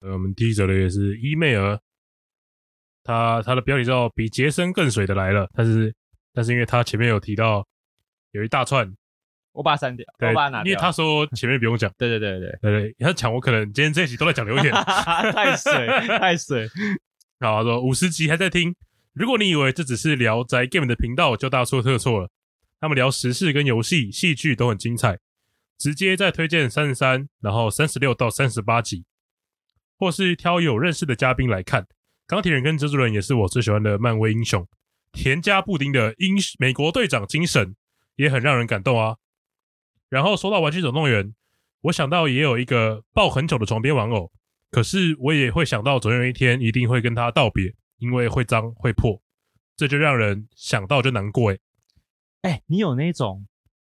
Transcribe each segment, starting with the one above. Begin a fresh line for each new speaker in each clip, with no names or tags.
呃，我们第一则的也是伊妹儿，她她的标题叫“比杰森更水的来了”，但是但是因为她前面有提到有一大串，
我把它删掉，
对
我把它拿，
因为
掉。，
她说前面不用讲
对对对对
对对，她讲我可能今天这一集都在讲留言
对，，太水太水，
然后他说五十集还在听，如果你以为这只是聊宅 game 的频道，就大错特错了。他们聊时事跟游戏、戏剧都很精彩，直接再推荐三十三，然后三十六到三十八集，或是挑有认识的嘉宾来看。钢铁人跟蜘蛛人也是我最喜欢的漫威英雄，田家布丁的英美国队长精神也很让人感动啊。然后说到玩具总动员，我想到也有一个抱很久的床边玩偶，可是我也会想到，总有一天一定会跟他道别，因为会脏会破，这就让人想到就难过诶。欸
哎、你有那种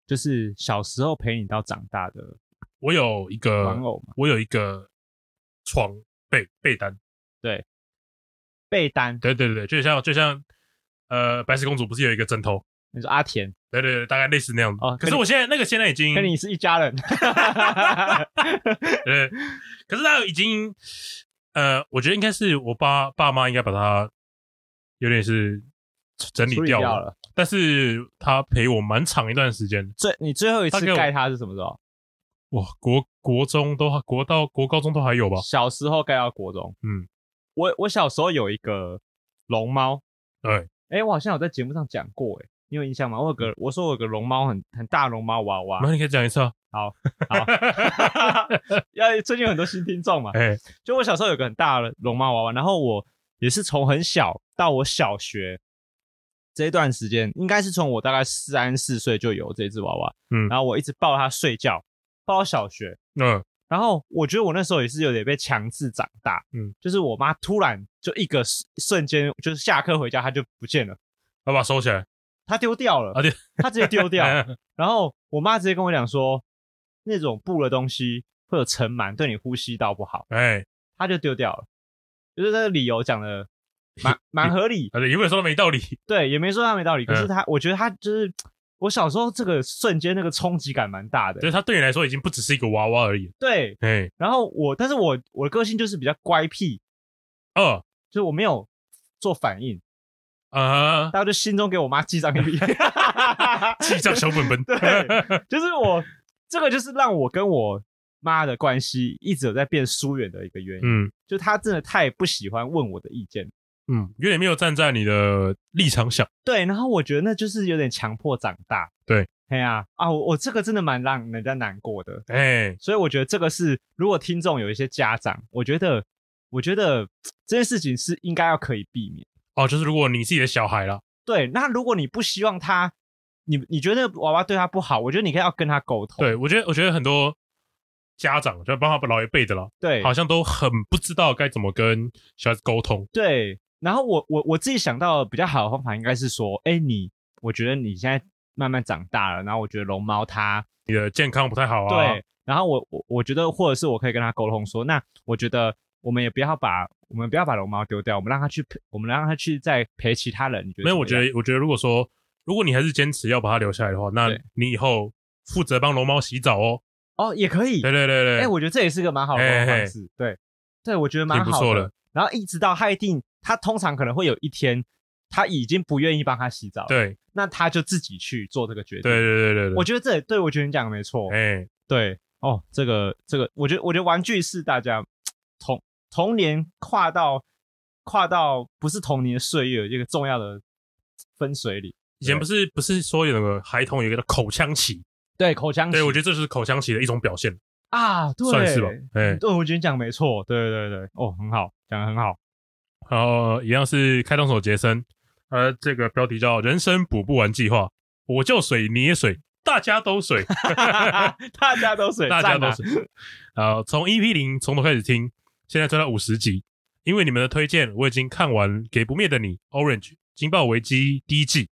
就是小时候陪你到长大的
我有一个
玩偶吗？
我有一个床被被单，
被单？
对对对，就像就像呃，白雪公主不是有一个枕头？
你说阿田
对对对，大概类似那样子。
哦
可
跟
是
你
我现在那个现在已经
跟你是一家人，
呃，可是他已经，呃，我觉得应该是我爸爸妈应该把它有点是整理
处理
掉
掉了。
但是他陪我蛮长一段时间。
最你最后一
他
次
给我
盖它是什么时候？
哇，国国中都国到国高中都还有吧？
小时候盖到国中。
嗯，
我我小时候有一个龙猫，
对，嗯
哎、我好像有在节目上讲过、哎，你有印象吗？我有个我说我有个龙猫很很大龙猫娃娃
那，你可以讲一次啊。
好，好 要最近有很多新听众嘛，
哎、
就我小时候有个很大的龙猫娃娃，然后我也是从很小到我小学这一段时间，应该是从我大概三四岁就有这只娃娃，
嗯
然后我一直抱它睡觉，抱到小学，
嗯，
然后我觉得我那时候也是有点被强制长大，
嗯
嗯，就是我妈突然就一个瞬瞬间，就是下课回家它就不见了，
要把它收起来。
它丢掉了
啊对，
它直接丢 掉，
嗯
然后我妈直接跟我讲说，那种布的东西会有尘螨，对你呼吸道不好，
哎，
她就丢掉了。就是这个理由讲的蛮蛮合理，
而且哎有没有说的没道理？
对，也没说她没道理。可是
嗯
她，我觉得她就是我小时候这个瞬间那个冲击感蛮大的
就。是他对你来说已经不只是一个娃娃而已。
对，
哎，
然后我，但是我我的个性就是比较乖僻，
哦，
就是我没有做反应，
啊、
大家就心中给我妈记账一 笔，
记账小本本。
对就是我这个就是让我跟我妈的关系一直有在变疏远的一个原因。
嗯
就他真的太不喜欢问我的意见。
嗯，有点没有站在你的立场想。
对，然后我觉得那就是有点强迫长大。
对，
哎呀、啊，我我这个真的蛮让人家难过的。
哎，
所以我觉得这个是，如果听众有一些家长，我觉得，我觉得这件事情是应该要可以避免。
哦，就是如果你自己的小孩啦，
对，那如果你不希望他，你你觉得娃娃对他不好，我觉得你可以要跟他沟通。
对我觉得，我觉得很多家长，就包括老一辈的啦，
对
好像都很不知道该怎么跟小孩子沟通。
对，然后我我我自己想到的比较好的方法应该是说，哎，你我觉得你现在慢慢长大了，然后我觉得龙猫它
你的健康不太好啊。
对，，然后我我我觉得，或者是我可以跟他沟通说，那我觉得我们也不要把我们不要把龙猫丢掉，我们让他去陪，我们让他去再陪其他人。你觉得？
没有，我觉，得，我觉得如果说，如果你还是坚持要把它留下来的话，那
对
你以后负责帮龙猫洗澡哦。
哦，也可以。
对对对对，
哎，我觉得这也是个蛮好的
哎
沟通
嘿
方式。对，对，我觉得蛮
挺不
好
错
的
的。
然后一直到他一定，他通常可能会有一天，他已经不愿意帮他洗澡，，
对
那他就自己去做这个决定。
对对对对对，
我觉得这对我觉得你讲的没错。
哎，
对哦，这个这个，我觉得我觉得玩具是大家童童年跨到跨到不是童年的岁月一个重要的分水岭。
以前不是不是说有个孩童有一个口腔期，
对口腔
对我
觉
觉得这就是口腔期的一种表现，
得啊，对，
算是吧。哎，
对，我觉得你讲得没错，对对对，哦，很好，讲的 很好。
然后一样是开动手杰森，呃，这个标题叫“人生补不完计划”，我就水你也水，大家都水。
大家都水，
大家
赞
都
啊
是。 呃，从 EP 零从头开始听，现在追到五十集，因为你们的推荐，我已经看完《给不灭的你》、Orange、惊爆危机第一季，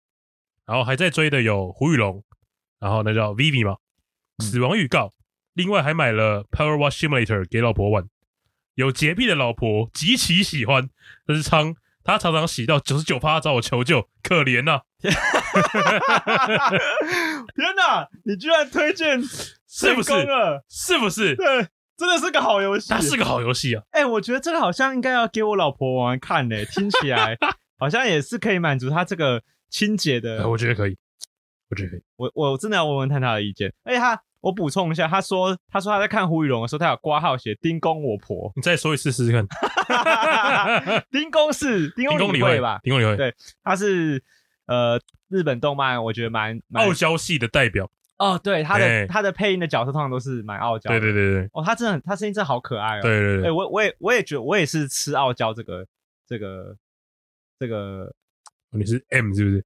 然后还在追的有胡宇龙，然后那叫 Vivi 嘛，
嗯
死亡预告，另外还买了 Power Watch Simulator 给老婆玩，有洁癖的老婆极其喜欢，这是仓。他常常洗到九十九趴找我求救，可怜啊呐、
天哪，你居然推荐
是不是
成功了？
是不是？
对，真的是个好游戏。
它是个好游戏啊，
哎、我觉得这个好像应该要给我老婆玩玩看嘞、听 起来好像也是可以满足她这个亲姐的
呃我觉得可以，我觉得可以。
我我真的要问问看他的意见。而且他，我补充一下，他说他说他在看胡宇龙的时候，他有挂号写“丁公我婆
你再说一次试试看。”，
丁公是丁
顶
公
公
你
理
会
会
吧？
顶公理会，
对他是呃日本动漫，我觉得蛮蛮
傲娇系的代表。
哦，对他的、
哎
他的配音的角色通常都是蛮傲娇的。
对对对对
哦，他真的很他声音真的好可爱哦。，
对对
哎、
对，
我我也我也觉得我也是吃傲娇这个这个这个
哦你是 M 是不是？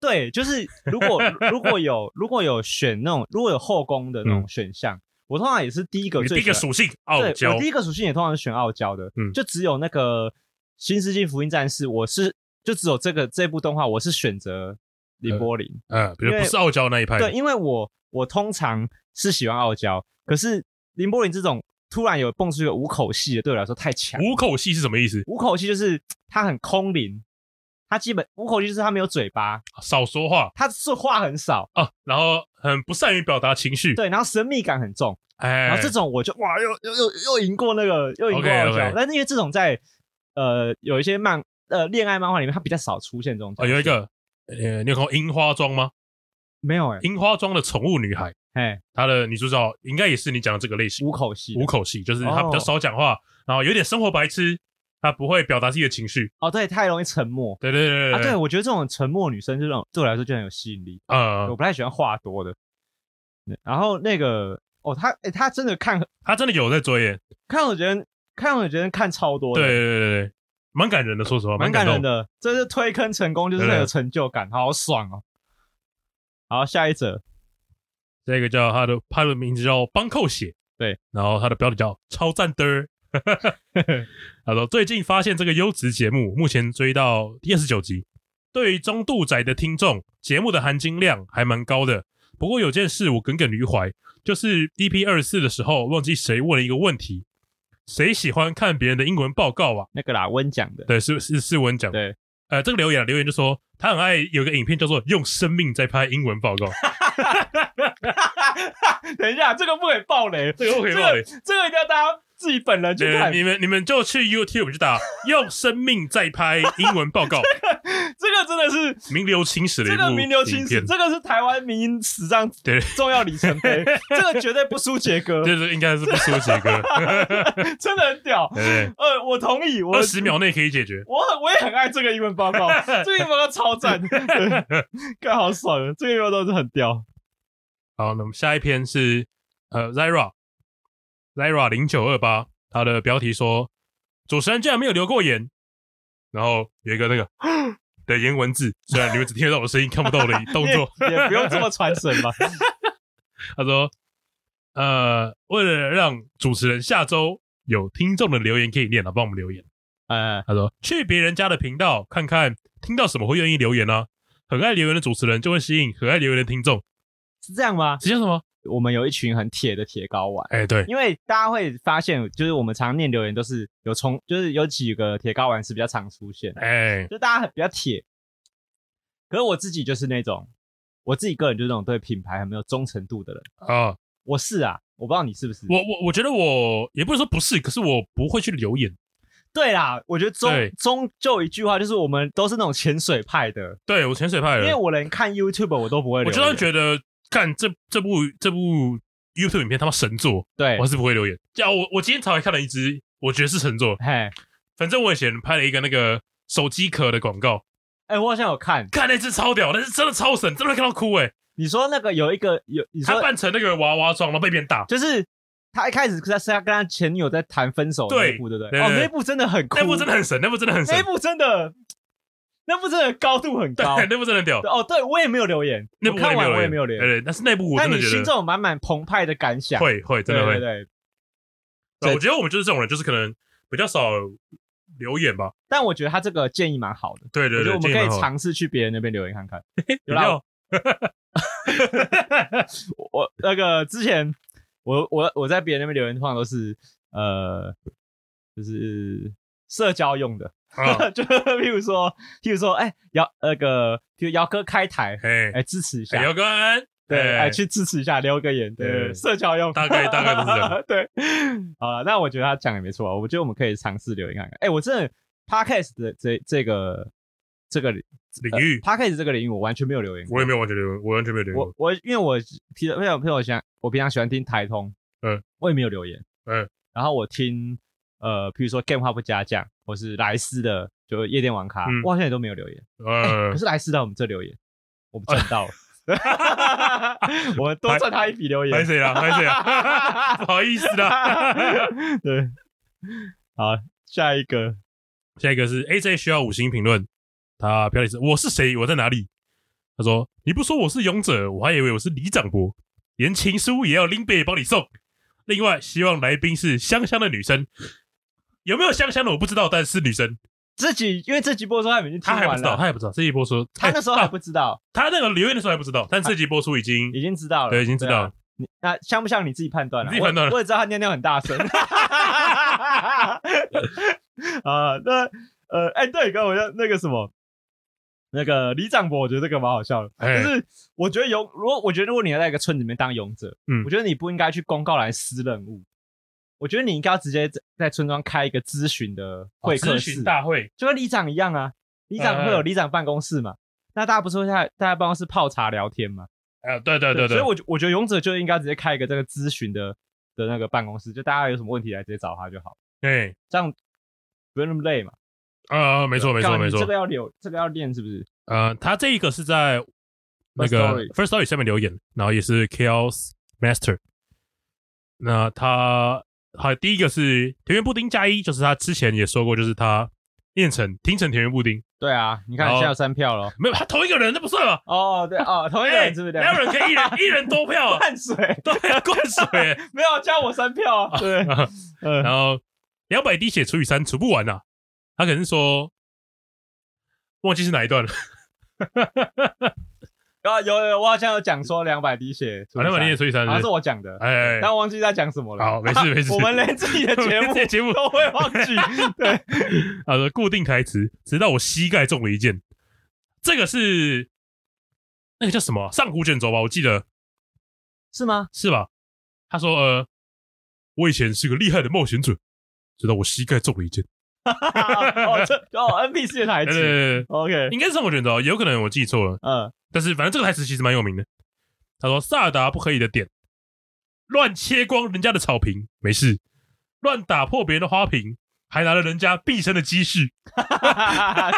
对，就是如果如果有如果有选那种如果有后宫的那种
嗯
选项，我通常也是第一个
你
最
第一个
喜
属性
欢
傲
对
娇
我第，一个属性也通常是选傲娇的，
嗯
就只有那个《新世纪福音战士》，我是就只有这个这部动画我是选择林
呃
柏林，
嗯，比如
因为
不是傲娇那一派的。
对，因为我我通常是喜欢傲娇，可是林柏林这种突然有蹦出一个五口戏的，对我来说太强。
五口系是什么意思？
五口戏就是他很空灵，他基本五口戏就是他没有嘴巴，
啊少说话
他是话很少，
啊，然后很不善于表达情绪。
对，然后神秘感很重，然
哎
后，这种我就哇，又又又又赢过那个，又赢过傲娇。
OK，OK
但是因为这种在呃有一些漫呃恋爱漫画里面，它比较少出现这种角
哦，
色。
有一个，呃，你有看过《樱花庄》吗？
没有哎、
《樱花庄》的宠物女孩，
哎，
她的女主角应该也是你讲的这个类型，
五口戏的
五口系，就是她比
哦
较少讲话，然后有点生活白痴，她不会表达自己的情绪。
哦，对，太容易沉默。
对对对
啊，
对
对，，我觉得这种沉默女生，这种对我来说就很有吸引力。我
呃，
不太喜欢话多的。然后那个哦，他哎、他真的看
她真的有在追耶，
看，我觉得看我觉得看超多
对
的，
对，对对对，蛮感人的，说实话，
蛮
感
感
动。
人的。这是推坑成功，就是
对
很
对
有成就感，好爽哦。好，下一则，
这个叫她的，她的名字叫邦扣血，
对，
然后她的标题叫超赞的 儿。他说：“最近发现这个优质节目，目前追到第二十九集。对于中度宅的听众，节目的含金量还蛮高的。不过有件事我耿耿于怀，就是 EP 二四的时候，忘记谁问了一个问题：谁喜欢看别人的英文报告啊？
那个啦，温讲的，
对，是是是文讲的。
对，
呃，这个留言留言就说他很爱有个影片叫做《用生命在拍英文报 告》，
等一下，这个不可以爆雷，
这个我可以
这
爆雷
个。这个一定要大家自己本人去
对
看，
呃你们你们就去 YouTube 就 打“用生命在拍英文报告
这个真的是”，。
名留青史的一
这
部
个名留青
影
史，
片
这个是台湾民音史上
对
重要里程碑，这个绝对不输杰哥，
这是应该是不输杰 哥，
真的很屌。
对
呃，我同意，
不
我
对？二十秒内可以解决。
我很我也很爱这个英文报告，这个英文报告 超赞，对干好爽啊了，这个英文报告是很屌。
好，那我们下一篇是呃 Zara Zara 零九二八，它的标题说主持人竟然没有留过言，然后有一个那 个的言文字，虽然你们只听得到我的声音，看不到我 的动作，
也也不用这么传神吧？
他说，呃，为了让主持人下周有听众的留言可以念啊，帮我们留言。
呃，
他说去别人家的频道看看，听到什么会愿意留言呢、啊很爱留言的主持人就会吸引很爱留言的听众，
是这样吗？
这叫什么？
我们有一群很铁的铁睾丸，
哎、对，
因为大家会发现，就是我们常念留言都是有重，就是有几个铁睾丸是比较常出现的，
哎、
就大家很比较铁。可是我自己就是那种，我自己个人就是那种对品牌很没有忠诚度的人。
啊，
我是啊，我不知道你是不是。
我我我觉得我也不是说不是，可是我不会去留言。
对啦，我觉得终
对
终究一句话就是，我们都是那种潜水派的，
对我潜水派
因为
了，
我连看 YouTube 我都不会留
我就
言，
算觉得干这这部这部 YouTube 影片他妈神作，
对
我还，是不会留言。叫我我今天才看了一支，我觉得是神作。
嘿，哎、
反正我以前拍了一个那个手机壳的广告，
哎我好像有看，
看那只超屌，但是真的超神，真的会看到哭哎、
你说那个有一个有，你
他
说
扮成那个娃娃装，然后被别人打。
就是他一开始是他是他跟他前女友在谈分手的那
对
一部，对不对？
对对
哦，
对
那一部真的很酷，
那部真的很神，那部真的很神
那一，部真的，那部真的高度很
对
高。，
那部真的很屌。
哦，对我也没有留言，
那部
我看完我也
也
没
没
有
有
留
言，
言，
对，对但是那部我
但
真
你
的觉
心
得
中有满满澎湃的感想，
会会真
对
的会
对。对。
对
对
我觉得我们就是这种人，就是可能比较少留言吧。
但我觉得他这个建议蛮好的，
对对对，
我觉
建议
得我
蛮
们可以
好
尝试去别人那边留言 看看。
不
有啦，
要
我我那个之前我我我在别人那边留言，通常都是呃，就是社交用的，
啊，
就譬如呃说，譬如说，哎、姚那个，就姚哥开台，
哎
哎、支持一下
哎，，姚哥安，
对，
对
哎，去支持一下，留个言，对，
对
社交用，
大概大概都是这样
对，好了，那我觉得他讲也没错啊，我觉得我们可以尝试留言看看。哎，我真的 podcast 的这这个这个领呃
领域，
podcast 这个领域，我完全没有留言过，
我也没有完全留言，我完全没有留言
我
过。
我因为我平因为我朋友想，我平常喜欢听台通，
嗯，
我也没有留言，
嗯，
然后我听呃，比如说 Game 话不加酱，或是莱斯的，就夜店网咖，
嗯
我好像也都没有留言，
呃
可， 是莱斯到我们这留言，我们赚 到了， 我们多赚他一笔留言
拍，谁啦？拍谁啦？不好意思啊啦。
对，好，下一个，
下一个是 AJ 需要五星评论，他标题是“我是谁？我在哪里？”他说：“你不说我是勇者，我还以为我是李长伯，连情书也要拎背帮你送。”另外，希望来宾是香香的女生，有没有香香的我不知道，但是女生
这集因为这集播出他们已经听
她还不
完
知道，
了，
她还不知道这一波说，
他那时候还
哎啊
不 知道，
她那个留言的时候还不知道，但这集播出已经
已经知道了，
对已经知道了
对啊。你那、像不像你自己判断了、
你自己判断
我
了
我也知道他尿尿很大声。 啊，那呃，哎、对，刚刚我要那个什么，那个李长博，我觉得这个蛮好笑的。
哎
就是我觉得勇，如果我觉得如果你要在一个村里面当勇者，
嗯
我觉得你不应该去公告来私任务。我觉得你应该要直接在在村庄开一个咨询的会客
哦咨
室，啊
询大会，
就跟里长一样啊。里长会
哎
有
哎
里长办公室嘛？那大家不是会在大家办公室泡茶聊天嘛？
啊，对对对
所
对
以，我觉我觉得勇者就应该直接开一个这个咨询的的那个办公室，就大家有什么问题来直接找他就好，
哎，
这样不用那么累嘛。
啊，没错没
干
错没
嘛你
错
这个，要留，这个要练是不是？
呃，他这一个是在那个
First
First Story 下面留言，然后也是 Chaos Master。那他好，第一个是田园布丁加一，就是他之前也说过，就是他念成听成田园布丁，
对啊，你看
好
现在有三票了。
没有他同一个人，那不算吧？
哦，对哦，同一个
哎
人是不是？
哪有人可以一人一人多票 啊？
汗水
对，灌水。
没有加我三票 啊？对，嗯，
然后两百滴血除以三除不完呐、啊，他可能是说忘记是哪一段了，
然后有有有，我好像有讲说两百滴血除以三，
两百滴血除以三
好像
是
是
不是，
我讲的，
哎 哎，哎
但我忘记在讲什么了。
好没 事没事
我们连自己的节 目
这节目
都会忘 记。对，
啊，呃固定台词，直到我膝盖中了一箭。这个是那个叫什么啊、上古卷轴吧？我记得
是吗？
是吧？他说：“呃，我以前是个厉害的冒险者，直到我膝盖中了一箭。
哦，这哦 NPC 的台
对”对
词。
对对
OK，
应该是上古卷轴，有可能我记错了，
嗯，
但是反正这个台词其实蛮有名的。他说：“萨达不可以的点，乱切光人家的草坪没事，乱打破别人的花瓶，还拿了人家毕生的积蓄。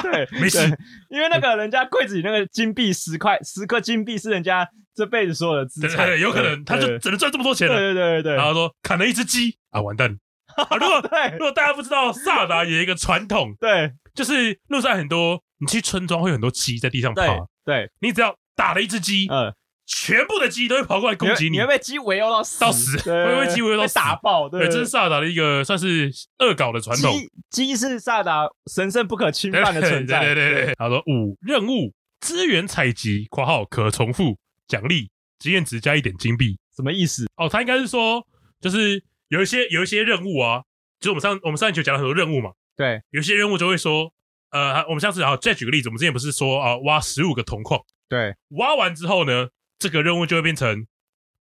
对，
没事
对，因为那个人家柜子里那个金币十块，十颗金币是人家这辈子所有的”资
对对
产，
对，有可能他就
对
只能赚这么多钱了。
对对对对
然
对
后说砍了一只鸡啊，完蛋！啊、如 果
对
如果大家不知道，萨达有一个传统，
对
就是路上很多，你去村庄会有很多鸡在地上爬，
对对，
你只要打了一只鸡，
嗯，
全部的鸡都会跑过来攻
会
击
你会被鸡围殴到死，
到死
对对
会被鸡围殴到
被
死
打爆，对，
对，这是萨达的一个算是恶搞的传统。
鸡鸡是萨达神圣不可侵
对
犯的存在，
对对对对。他说五任务资源采集（括号可重复）奖励经验值加一点金币。
什么意思？
哦，他应该是说，就是有一些有一些任务啊，就是我们上我们上一期有讲了很多任务嘛，
对
有些任务就会说，呃，我们上次好再举个例子，我们之前不是说啊、挖十五个铜矿，
对，
挖完之后呢，这个任务就会变成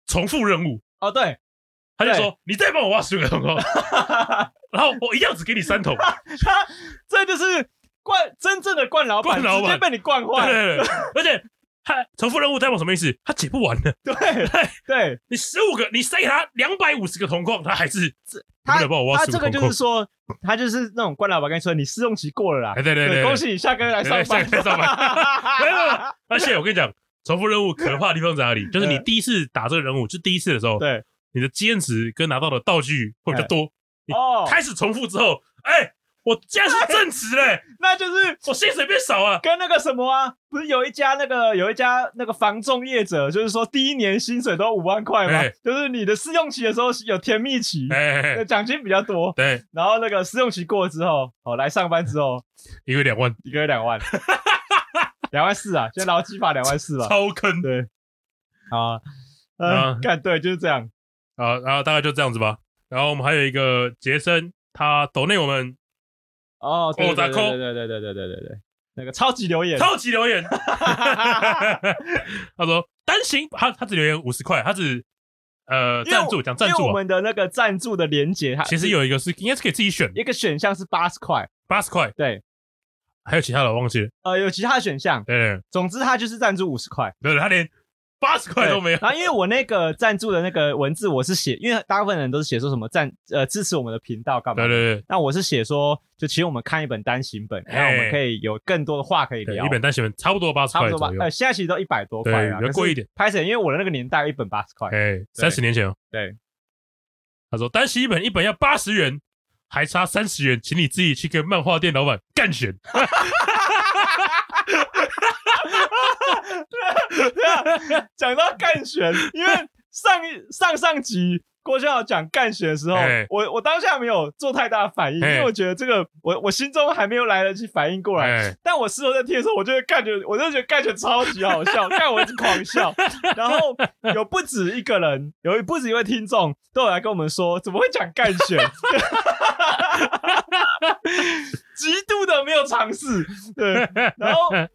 重复任务，
哦对，
他就
对
说你再帮我挖十五个铜矿，然后我一样只给你三桶，
他这就是惯真正的惯老板，
惯老板
直接被你惯
对
坏，
对对，而且他重复任务代表什么意思？他解不完的，
对对，
你十五个，你塞他两百五十个铜矿，他还是
他
你不能帮我挖
他
十
这
五
个
个铜
就是
矿。
说，他就是那种官老板跟你说，你试用期过了啦，
哎，对对对，
恭喜你下个月来上
对对下
班，
个月上 没有没有而且我跟你讲，重复任务可怕的地方在哪 里？就是你第一次打这个任务，就第一次的时候，
对，
你的经验值跟拿到的道具会比较多。你
哦，
开始重复之后，哎，我现在是正职嘞，
那就是
我薪水变少啊。
跟那个什么啊，不是有一家那个有一家那个房仲业者，就是说第一年薪水都五万块嘛
哎，
就是你的试用期的时候有甜蜜期，
哎哎，哎
奖金比较多，
对，
然后那个试用期过了之后，哦，来上班之后
一个两万，
一个 月两万，两万四啊，现在劳基法两万四吧，
超坑
对，啊，
啊
嗯，干对就是这样，
啊！然后大概就这样子吧。然后我们还有一个杰森，他抖内我们
哦，对
哦
对
打
对
call
对 对对对对对对对，那个超级留言，
超级留言，他说单行，他他只留言五十块，他只呃
因为我
赞助讲赞
因
助
为
啊，
我们啊的那个赞助的连接，它
其实有一个是应该是可以自己选
一个选项是八十块，
八十块，
对，
还有其他的我忘记了，
呃，有其他选项，
对对
总之它就是赞助五十块，
对，他连八十块
对
都没有，
然后因为我那个赞助的那个文字，我是写，因为大部分人都是写说什么赞呃支持我们的频道干嘛
对
的，
对
那我是写说，就请我们看一本单行本，
哎
然后我们可以有更多的话可以
对
聊。
对，一本单行本差不多八十
差不
块
多吧
左，右
呃，，现在其实都一百多块
对比较
了，可是
贵一点。
拍成，因为我的那个年代一本八十块，
哎，三十年前哦，
对，
他说单行一本一本要八十元，还差三十元，请你自己去跟漫画店老板干选，
讲到干选，因为上一上上集郭笑讲干选的时候
哎，
我我当下没有做太大的反应，因
哎
为我觉得这个我我心中还没有来得及反应过来
哎。
但我事后在听的时候，我就会感觉，我就觉得干选超级好笑， 看我一直狂笑。然后有不止一个人，有不止一位听众都有来跟我们说，怎么会讲干选？ 极度的没有尝试，对，然后因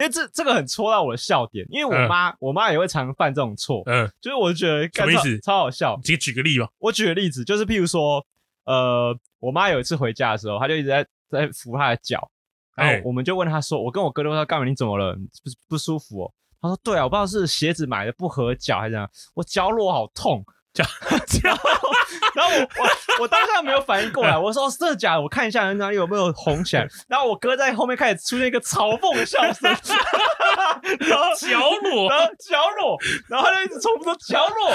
为这这个很戳到我的笑点，因为我妈、我妈也会常犯这种错，
嗯，
就是我就觉得干
什么意
超
思
超好笑。
直接举个 例吧，
我举个例子，就是譬如说，呃，我妈有一次回家的时候，她就一直在在扶她的脚，然
哎
后我们就问她说，我跟我哥都说，干嘛你怎么了？你是不是不舒服哦？她说对啊，我不知道是鞋子买的不合脚还是怎样，我脚裸好痛。
脚
然后，然后我我我当下没有反应过来，我说哦真的假的？我看一下哪里有没有红起来。然后我哥在后面开始出现一个嘲讽的笑声，然后
角落
然后角落，然后他就一直重复说角落，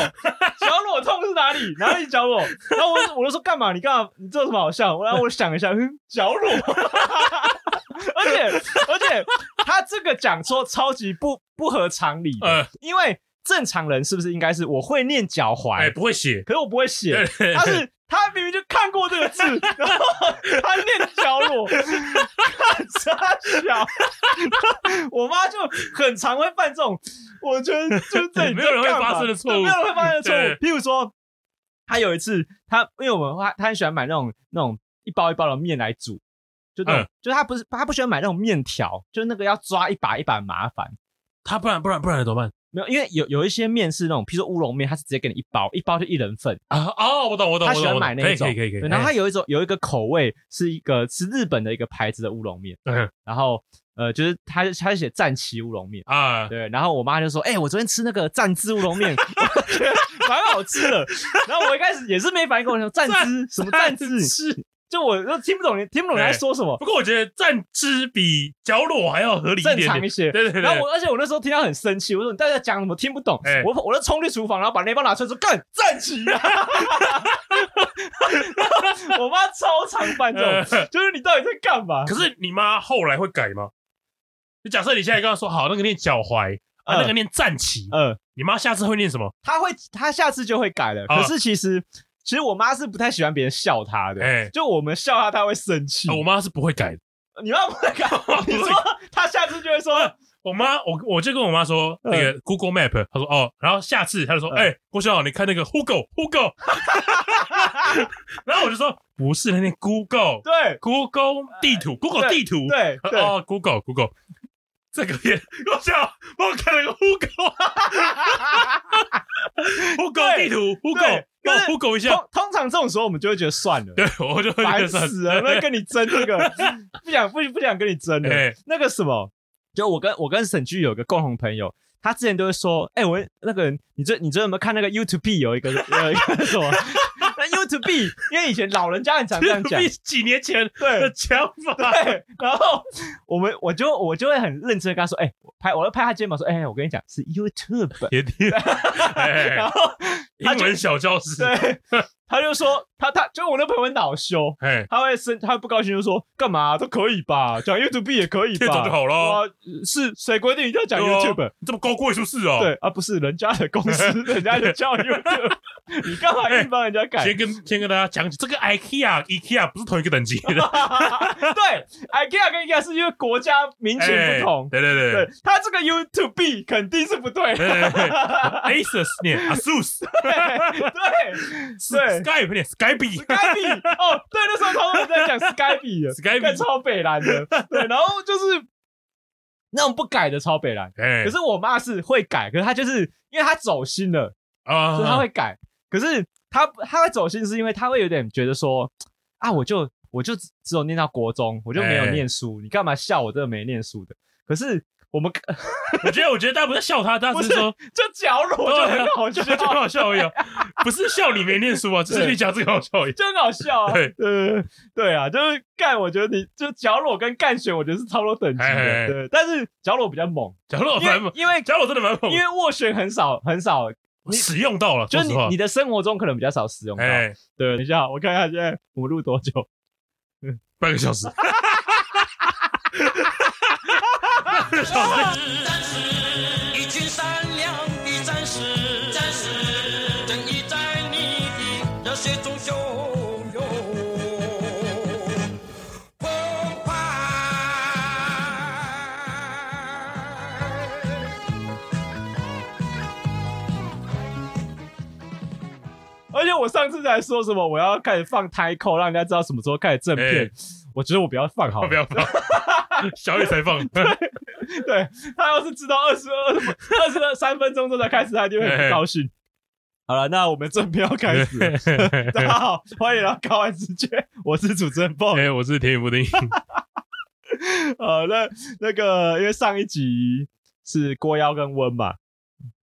角落痛是哪里？哪里角落？然后我就我就说干嘛？你干嘛？你这有什么好笑？然后我想一下，嗯，角落。 而且而且他这个讲说超级不不合常理的，
呃，
因为正常人是不是应该是我会念脚踝，
哎，不会写，
可是我不会写，他是他明明就看过这个字，然后他念角落，看傻小。我妈就很常会犯这种，我觉得 就是这里
没有人会
在干嘛
发生的错误
对没有人会发生的错误
对。
譬如说，他有一次，他因为我们他他很喜欢买那种那种一包一包的面来煮，就那种、
嗯
就是他不是他不喜欢买那种面条，就是那个要抓一把一把很麻烦。
他不然不然不然怎么办
没有，因为有有一些面是那种，譬如说乌龙面，它是直接给你一包，一包就一人份，
啊？哦，我懂我懂，
他
我
喜
懂，
欢
我
买
懂
那
可
一
以
种，
可以可以可以，
对然后
哎
它有一种有一个口味是一个是日本的一个牌子的乌龙面，
嗯
然后呃，就是他他写战旗乌龙面，
啊，
对，然后我妈就说，哎、我昨天吃那个蘸汁乌 龙面，我觉得蛮好吃的。然后我一开始也是没反应过来，说蘸汁什么蘸汁，
是。
就我就听不懂你听不懂你在
哎
说什么，
不过我觉得站姿比角落还要合理一点
正
点，
常一些。
对对对，
然后我，而且我那时候听到很生气，我说你大家讲什么听不懂？
哎
我我就冲去厨房，然后把那包拿出来说干站起来。我妈超常犯这种，
呃
就是你到底在干嘛？
可是你妈后来会改吗？就假设你现在跟她说好，那个念脚踝，啊，
嗯
那个念站起，
呃，
你妈下次会念什么？
她会，她下次就会改的。
啊
可是其实，其实我妈是不太喜欢别人笑她的，
哎，
就我们笑她，她会生气。
啊我妈是不会改的。
你妈不会改，
会
你说她下次就会 说，
我妈，我我就跟我妈说
嗯
那个 Google Map，她说哦，然后下次她就说，
嗯
哎，郭小豪，你看那个 Google Google，然后我就说不是，那念 Google
对
Google 地图 Google 地图，
哎对对，
哦，Google Google，这个也，我想帮我看了个 Google，Google
对
地图，Google，
但
帮
是
我 Google 一下，
通通常这种时候我们就会觉得算了，
对我就会觉
烦
得是很
死了，不要跟你争这 个，不想不不想跟你争了。
哎
那个什么，就我跟我跟沈居有个共同朋友，他之前都会说，哎、我那个人，你最你最近有没有看那个 YouTube 有一个有一个什么？ 那 YouTube，因为以前老人家很常这样讲，
比几年前的
对。
想法，
对，然后我们我就我就会很认真地跟他说，哎、我拍我要拍他肩膀说，哎、我跟你讲是 YouTube，
也 挺， 哎
然后
英文小教室，
对，他就说他他就我那朋友很恼羞，
哎，
他会生，他会不高兴就说干嘛、都可以吧，讲 YouTube 也可以
这种就
吧。
好了，
哇，是谁规定一定要讲
对啊
YouTube？、
你这么高贵是不是哦？
对，啊，不是人家的公司，人家就叫 YouTube，你干嘛硬帮人家改
先？跟先跟大家讲，这个 IKEA IKEA 不是同一个等级 的，
对，IKEA 跟 IKEA 是因为国家民情
哎
不同，
对对
对他这个 YouTube 肯定是不对。
对对对，Asus 念 Asus，
对，对
Skype 念 Skype，
Skype 哦，对，那时候他们在讲 Skype 的
Skype
干超北蓝的，对，然后就是。那种不改的超北蓝。
哎，
可是我妈是会改，可是她就是因为她走心了，
啊，
所以她会改。可是她她会走心，是因为她会有点觉得说啊，我就我就只只有念到国中，我就没有
哎
念书，你干嘛笑我这个没念书的？可是我们
我觉得，我觉得大家不是笑他，大家只是说
就角落就很好笑，
就很好笑而已啊，不是笑你没念书啊，只是你讲这个好笑而已。
就很好笑啊。
对
对对啊，就是干，我觉得你就角裸跟干选，我觉得是差不多等级
哎哎哦哎
的。对，但是角裸比较猛，
假如我
因
蛮
为
猛，
因为
假如我真的蛮猛
因，为斡旋很少很少，
我使用到了，
就
说
是
实
你
话
你，的生活中可能比较少使用到。
哎，
对，等一下我看一下现在我们录多久，
半个小 时，半个 小时，
战士，一群善良的战士，战士，正义在你的热血中汹涌澎湃。
而且我上次才说什么我要开始放胎扣，让人家知道什么时候开始正片
哎。
我觉得我不要放好了，
不要放，小雨才放，
对他要是知道二十二、二十二三分钟之后才开始，他就会很高
哎
兴。好了，那我们正片要开始了。大家好，欢迎来到高玩直觉，我是主持人 b o
哎，我是甜语布丁，
呃，那那个，因为上一集是郭妖跟温嘛，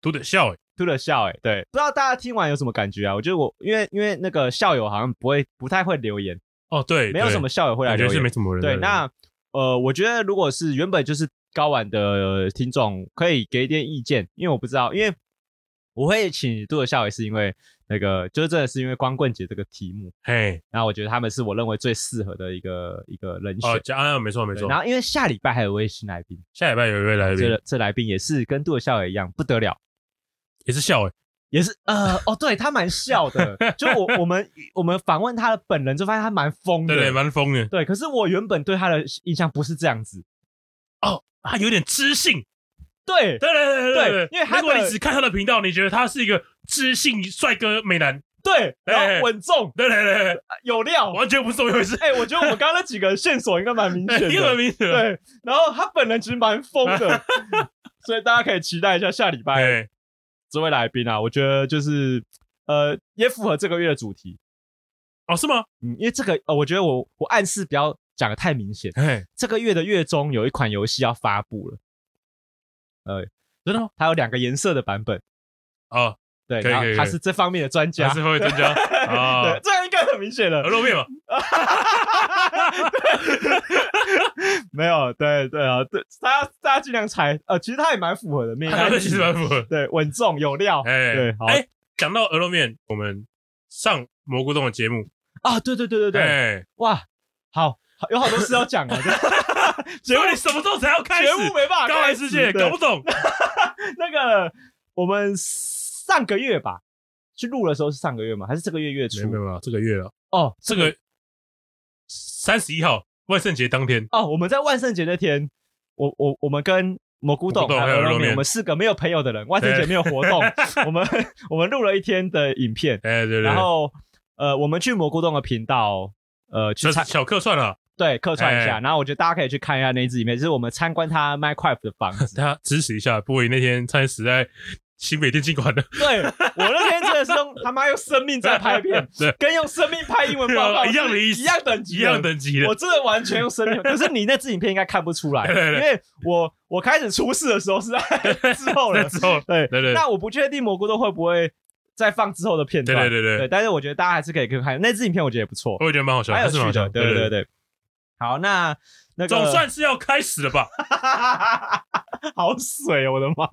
读点笑哎，
吐了笑哎、对，不知道大家听完有什么感觉啊？我觉得我因为因为那个校友好像不会不太会留言，
哦对，
没有什么校友会来
感觉
留
是没
言。
什么人。
对，那呃，我觉得如果是原本就是高玩的呃听众，可以给一点意见，因为我不知道，因为我会请杜了笑也是因为那个，就是真的是因为光棍节这个题目，
哎，
然后我觉得他们是我认为最适合的一个一个人选。
哦，加啊，没错没
对
错，
然后因为下礼拜还有一位新来宾，
下礼拜有一位来宾
这这来宾也是跟杜笑也一样不得了，
也是笑哎，
也是呃哦，对他蛮 笑的，就我我们我们访问他的本人就发现他蛮疯的，
对对，蛮疯的
对可是我原本对他的印象不是这样子，
啊，有点知性，
对
对对对
对因为他的
如果你只看他的频道，你觉得他是一个知性帅哥美男，
对，然
哎
后稳重
对对对对，
有料，
完全不是这么一回事，
哎，我觉得我们刚刚那几个线索应该蛮明显
英文
的，
名字，
对，然后他本人其实蛮疯 的，所以大家可以期待一下下礼拜
哎，
这位来宾啊，我觉得就是呃也符合这个月的主题，
哦是吗？
嗯，因为这个呃，我觉得我我暗示不要讲的太明显。
哎，
这个月的月中有一款游戏要发布了，呃，
真的吗
它有两个颜色的版本，
哦，
对，
可以
然
可
后
以
他
可以
是这方面的专家
还，是会增加
对
啊，，
这样应该很明显了
鹅，肉面嘛，
没有，对对啊，对，大家大家尽量猜，呃，其实它也蛮符合的， 没
对，其实蛮符合。
对，稳重有料，
哎，
对，好
哎，讲到鹅肉面，我们上蘑菇洞的节目，
啊，对对对对对，
哎，
哇，好，好有好多事要讲啊，
结
这节目
果你什么时候才要 开始
节？目没办法
刚来
开
世
始，
界
对
搞不 懂，
那个我们上个月吧。去录的时候是上个月吗？还是这个月月初？
没有没有，这个月了，
哦，
这个三十一号万圣节当天，
哦，我们在万圣节那天，我我我们跟蘑菇洞
蘑菇洞
还
还
有
有
鹅肉
肉
面，
面
我们四个没有朋友的人，万圣节没有活动， 我们我们录了一天的影片，
哎，对对，
然后呃，我们去蘑菇洞的频道。呃，去
这
参
是小客串了，
对客串一下，
哎
然后我觉得大家可以去看一下那一支影片，就是我们参观他 Minecraft 的房 子。
大家支持一下，不过那天差点死在新北电竞馆了，
对我那天真的是用他妈用生命在拍 片，
对，
跟用生命拍英文报告
一样的意思
一样等级，
一样等级的
我，真的完全用生 命，可是你那支影片应该看不出来，
对对对
因为我我开始出事的时候是在之 后
那
了。
之后，
对
对对
那我不确定蘑菇都会不会再放之后的片
对
段，
对对对，
但是我觉得大家还是可以去看那支影片，我觉得也不错，
我也觉得蛮好笑，
蛮有
还是蛮
趣
好
的。
笑，
对对对。好，那那个
总算是要开始了吧？
好水哦，我的妈！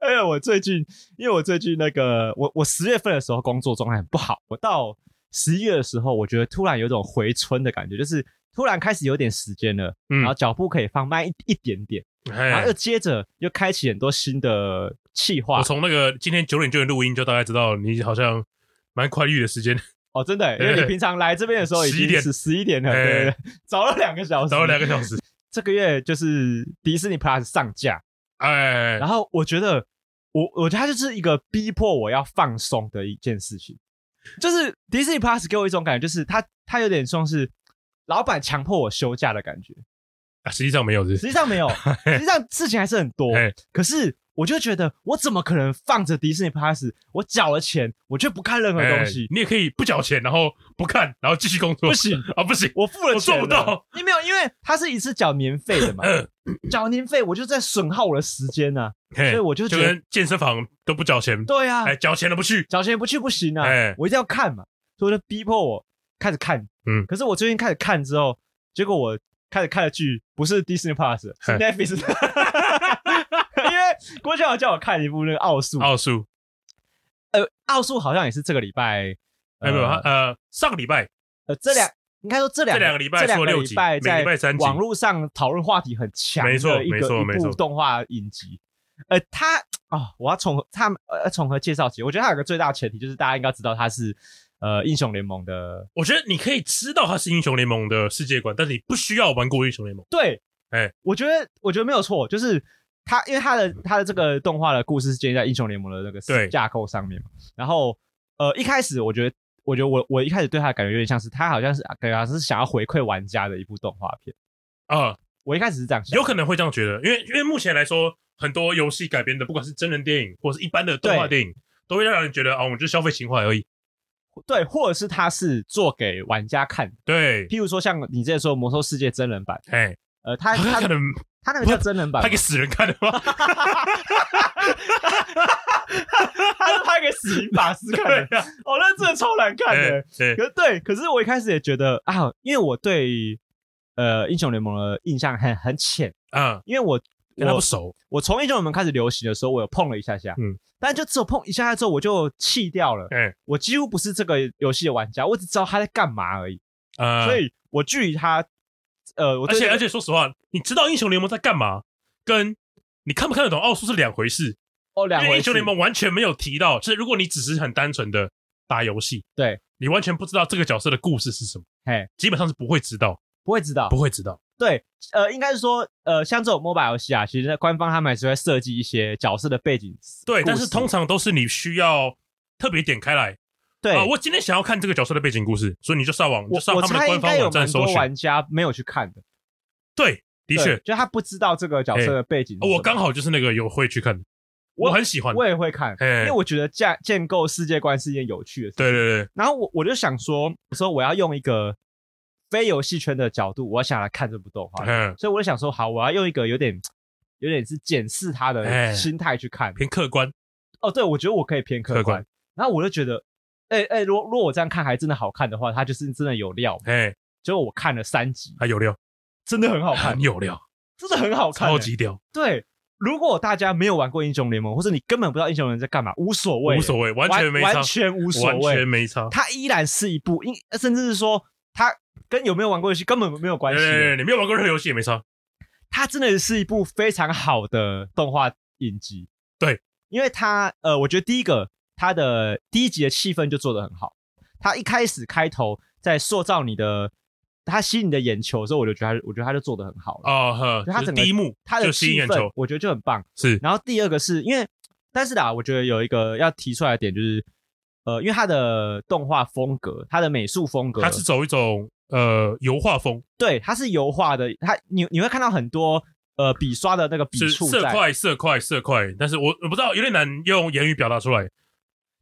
哎呀，我最近因为我最近那个我我十月份的时候工作状态很不好，我到十一月的时候，我觉得突然有种回春的感觉，就是突然开始有点时间了，
嗯
然后脚步可以放慢一一点点，然
哎
后又，接着又开启很多新的企划
我从那个今天九点就能录音，就大概知道你好像蛮宽裕的时间，
哦，真的，因为你平常来这边的时候已
11
经
哎点
是十一点了，
哎
对对对，早了两个小时，
早了两个小 时。
这个月就是迪士尼 Plus 上架，
哎，
然后我觉得我我觉得它就是一个逼迫我要放松的一件事情，就是迪士尼 Plus 给我一种感觉，就是它它有点像是老板强迫我休假的感觉，
啊，实际上没有是不
实
是，
际 上没有，实际上事情还是很多
哎。
可是我就觉得，我怎么可能放着迪士尼 Plus，我缴了钱，我却不看任何东
哎
西？
你也可以不缴钱，然后不看，然后继续工作，
不行
啊，不行，
我付了
我
钱
做不
了，
到，
因为没有，因为它是一次缴年费 的嘛，
嗯，
缴年费我就在损耗我的时间呐。
嘿
所以我就
就
觉得
跟健身房都不缴钱，
对啊，
哎，缴钱了不去，
缴钱不去不行啊
哎，
我一定要看嘛，所以我就逼迫我开始看。
嗯
可是我最近开始看之后，结果我开始看的剧不是 Disney Plus，是
嘿
Netflix 的。因为郭晓叫我看一部那个奥数，
奥数，
呃，奥数好像也是这个礼拜，
哎，没有，他呃，上个礼拜
呃，这两应该说这两
这两个礼拜
这两
出
个
了六
礼
集
拜
每
在
礼拜三集
网络上讨论话题很强的
没错
一个
没错没
一部
错
动画影集。呃，它啊、我要从它呃从何介绍起？我觉得它有个最大的前提就是大家应该知道它是呃英雄联盟的，
我觉得你可以知道它是英雄联盟的世界观，但是你不需要玩过英雄联盟。
对，
哎
我觉得我觉得没有错，就是它因为它的它的这个动画的故事是建立在英雄联盟的那个
对
架构上面嘛。然后呃一开始我觉得。我觉得我我一开始对它的感觉有点像是，它好像是啊感觉好像是想要回馈玩家的一部动画片。
啊、
我一开始是这样想的，
有可能会这样觉得，因为因为目前来说，很多游戏改编的，不管是真人电影或是一般的动画电影，都会让人觉得啊，我们就是消费情怀而已。
对，或者是它是做给玩家看的，
对，
譬如说像你之前说《魔兽世界》真人版，
哎，
呃，它
他
它
可能
它那个叫真人版
拍
吗，
给死人看的 吗？
它是拍给 死刑法师看
对
的，
呀，
哦，那真的超难看的。
哎 对，
可对，可是我一开始也觉得啊，因为我对呃英雄联盟的印象很很浅，
啊，
因为我
跟他
我
不熟，
我从英雄联盟开始流行的时候，我有碰了一下下，嗯
嗯，
但就只有碰一下下之后，我就弃掉了。
哎，
我几乎不是这个游戏的玩家，我只知道他在干嘛而已，
啊，
所以我距离他，呃，我
而
对这
且
个
而且说实话，你知道英雄联盟在干嘛，跟你看不看得懂奥数是两回事。
哦两
因
回
为英雄
事
联盟完全没有提到，就是如果你只是很单纯的打游戏，
对
你完全不知道这个角色的故事是什么，
嘿，
基本上是不会知道，
不会知道
不，会知道。
对，呃，应该是说，呃，像这种 MOBA 游戏啊，其实官方他们还是会设计一些角色的背景
对，
故
但是
事
通常都是你需要特别点开来
对，
啊，我今天想要看这个角色的背景故事，所以你就上网，你
我
就上
我
他们
猜
的
应
官方
该有
网站
蛮
搜
多
寻。
玩家没有去看的，
对，的
对
确，
就他不知道这个角色的背景是
哦
什么、
我刚好就是那个有会去看的，
我
我很喜欢。
我也会看，
嘿
因为我觉得建建构世界观是一件有趣的事。
对对对，
然后我我就想说，我说我要用一个非游戏圈的角度，我想来看这部动画，
嗯，
所以我就想说，好，我要用一个有点有点是检视他的
哎
心态去看。
偏客观，
哦，对，我觉得我可以偏客
客
观
观。
然后我就觉得，哎、哎、如果如果我这样看还真的好看的话，它就是真的有料。
哎，
结果我看了三集，
还有料，
真的很好看
很，有料，
真的很好看、
超
哎
级屌，
对。如果大家没有玩过英雄联盟，或者你根本不知道英雄联盟在干嘛，无所谓，
无所谓，完全没
完
差
完，全无所
完全
谓。
没差。
它依然是一部，因甚至是说它跟有没有玩过游戏根本没有关
对
系的。
对对，你没有玩过任何游戏也没差。
它真的是一部非常好的动画影集。
对，
因为它呃，我觉得第一个它的呃第一集的气氛就做得很好，它一开始开头在塑造你的，它吸引你的眼球的时候，我就觉得它，我觉得它就做得很好了。
哦呵，
就它
就是
整个
第一幕
它的
就吸
气
引眼
氛
球，
我觉得就很棒。
是
然后第二个是因为，但是啦，我觉得有一个要提出来的点就是，呃，因为它的动画风格，它的美术风格，
它是走一种呃油画风，
对，它是油画的，它你你会看到很多呃笔刷的那个笔
是
触
色
在，
块色块色块，但是我我不知道有点难用言语表达出来。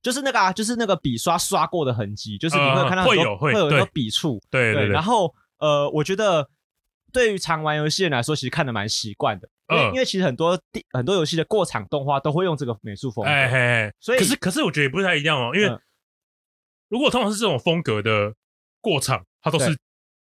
就是那个啊，就是那个笔刷刷过的痕迹，就是你
呃
会看到很多
会有会
有很多
对
笔触，
对对对
然，后呃，我觉得对于常玩游戏的人来说，其实看的蛮习惯的，因为、
嗯
因为其实很多地很多游戏的过场动画都会用这个美术风格，
哎嘿嘿，
所以
可是可是我觉得也不太一样哦，因为
嗯
如果通常是这种风格的过场，它都
对
是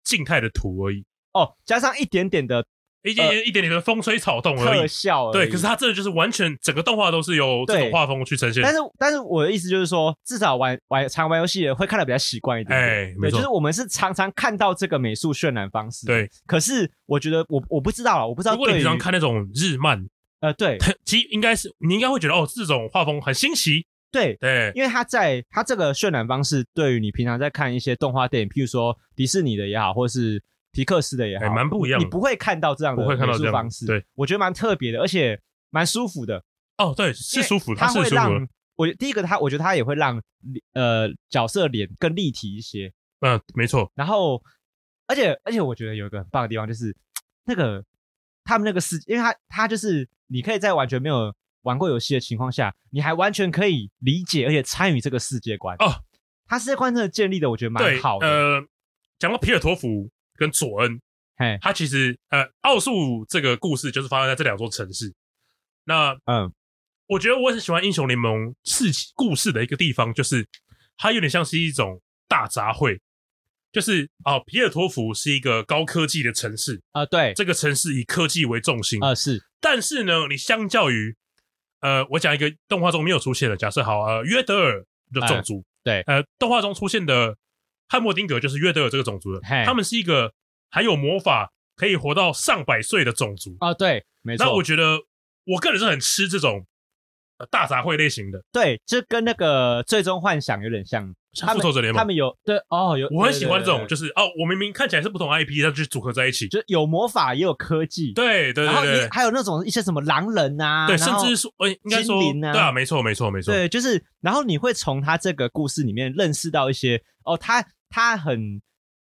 静态的图而已，
哦，加上一点点的
一点一点点的风吹草动而
特
已。
效而已
对，可是它真的就是完全整个动画都是由这
对
种画风去呈现。
但是但是我的意思就是说，至少玩玩常玩游戏的人会看的比较习惯一点点。
哎没
对，
错
就是我们是常常看到这个美术渲染方式。，
对，
可是我觉得我我不知道啊，我不知道
如果你
对于
平常看那种日漫，
呃对
其实应该是你应该会觉得哦，这种画风很新奇。
对，
对，
因为它在它这个渲染方式，对于你平常在看一些动画电影，譬如说迪士尼的也好，或是皮克斯的也好，
哎蛮不一样
你
的
不会看到这样的
不会看到
美术
这样的
方式。
对，
我觉得蛮特别的，而且蛮舒服的。
哦，对，是舒服，
它
是
会
舒服的
让。我第一个它，我觉得它也会让呃角色脸更立体一些。
嗯，没错，
然后，而且而且我觉得有一个很棒的地方就是，那个他们那个世界，因为他他就是你可以在完全没有玩过游戏的情况下，你还完全可以理解而且参与这个世界观
哦。
他世界观真的建立的，我觉得蛮
对，
好的。
呃，讲到皮尔托夫跟佐恩，
嘿，
他其实呃，奥数这个故事就是发生在这两座城市。那
嗯，
我觉得我很喜欢英雄联盟事情故事的一个地方，就是它有点像是一种大杂烩，就是啊，皮尔托夫是一个高科技的城市，
呃，对，
这个城市以科技为重心，
呃，是，
但是呢，你相较于呃，我讲一个动画中没有出现的，假设好呃，约德尔的种族，
哎对
呃，动画中出现的汉默丁格就是约德尔这个种族的，
嘿
他们是一个还有魔法可以活到上百岁的种族，
哦，对，没
那
错
我，觉得我个人是很吃这种呃大杂烩类型的，
对，就跟那个《最终幻想》有点像。
像复仇者联
他
盟，
们有对哦，有
我很喜欢这种，就是是哦，我明明看起来是不同 IP，但就是组合在一起，
就是有魔法也有科技，
对对对
然后
对
也
对
还有那种一些什么狼人啊，
对，
然
甚
后
至说，呃，应该说，
精灵啊
对啊，没错没错没错，
对，就是然后你会从他这个故事里面认识到一些哦，他他很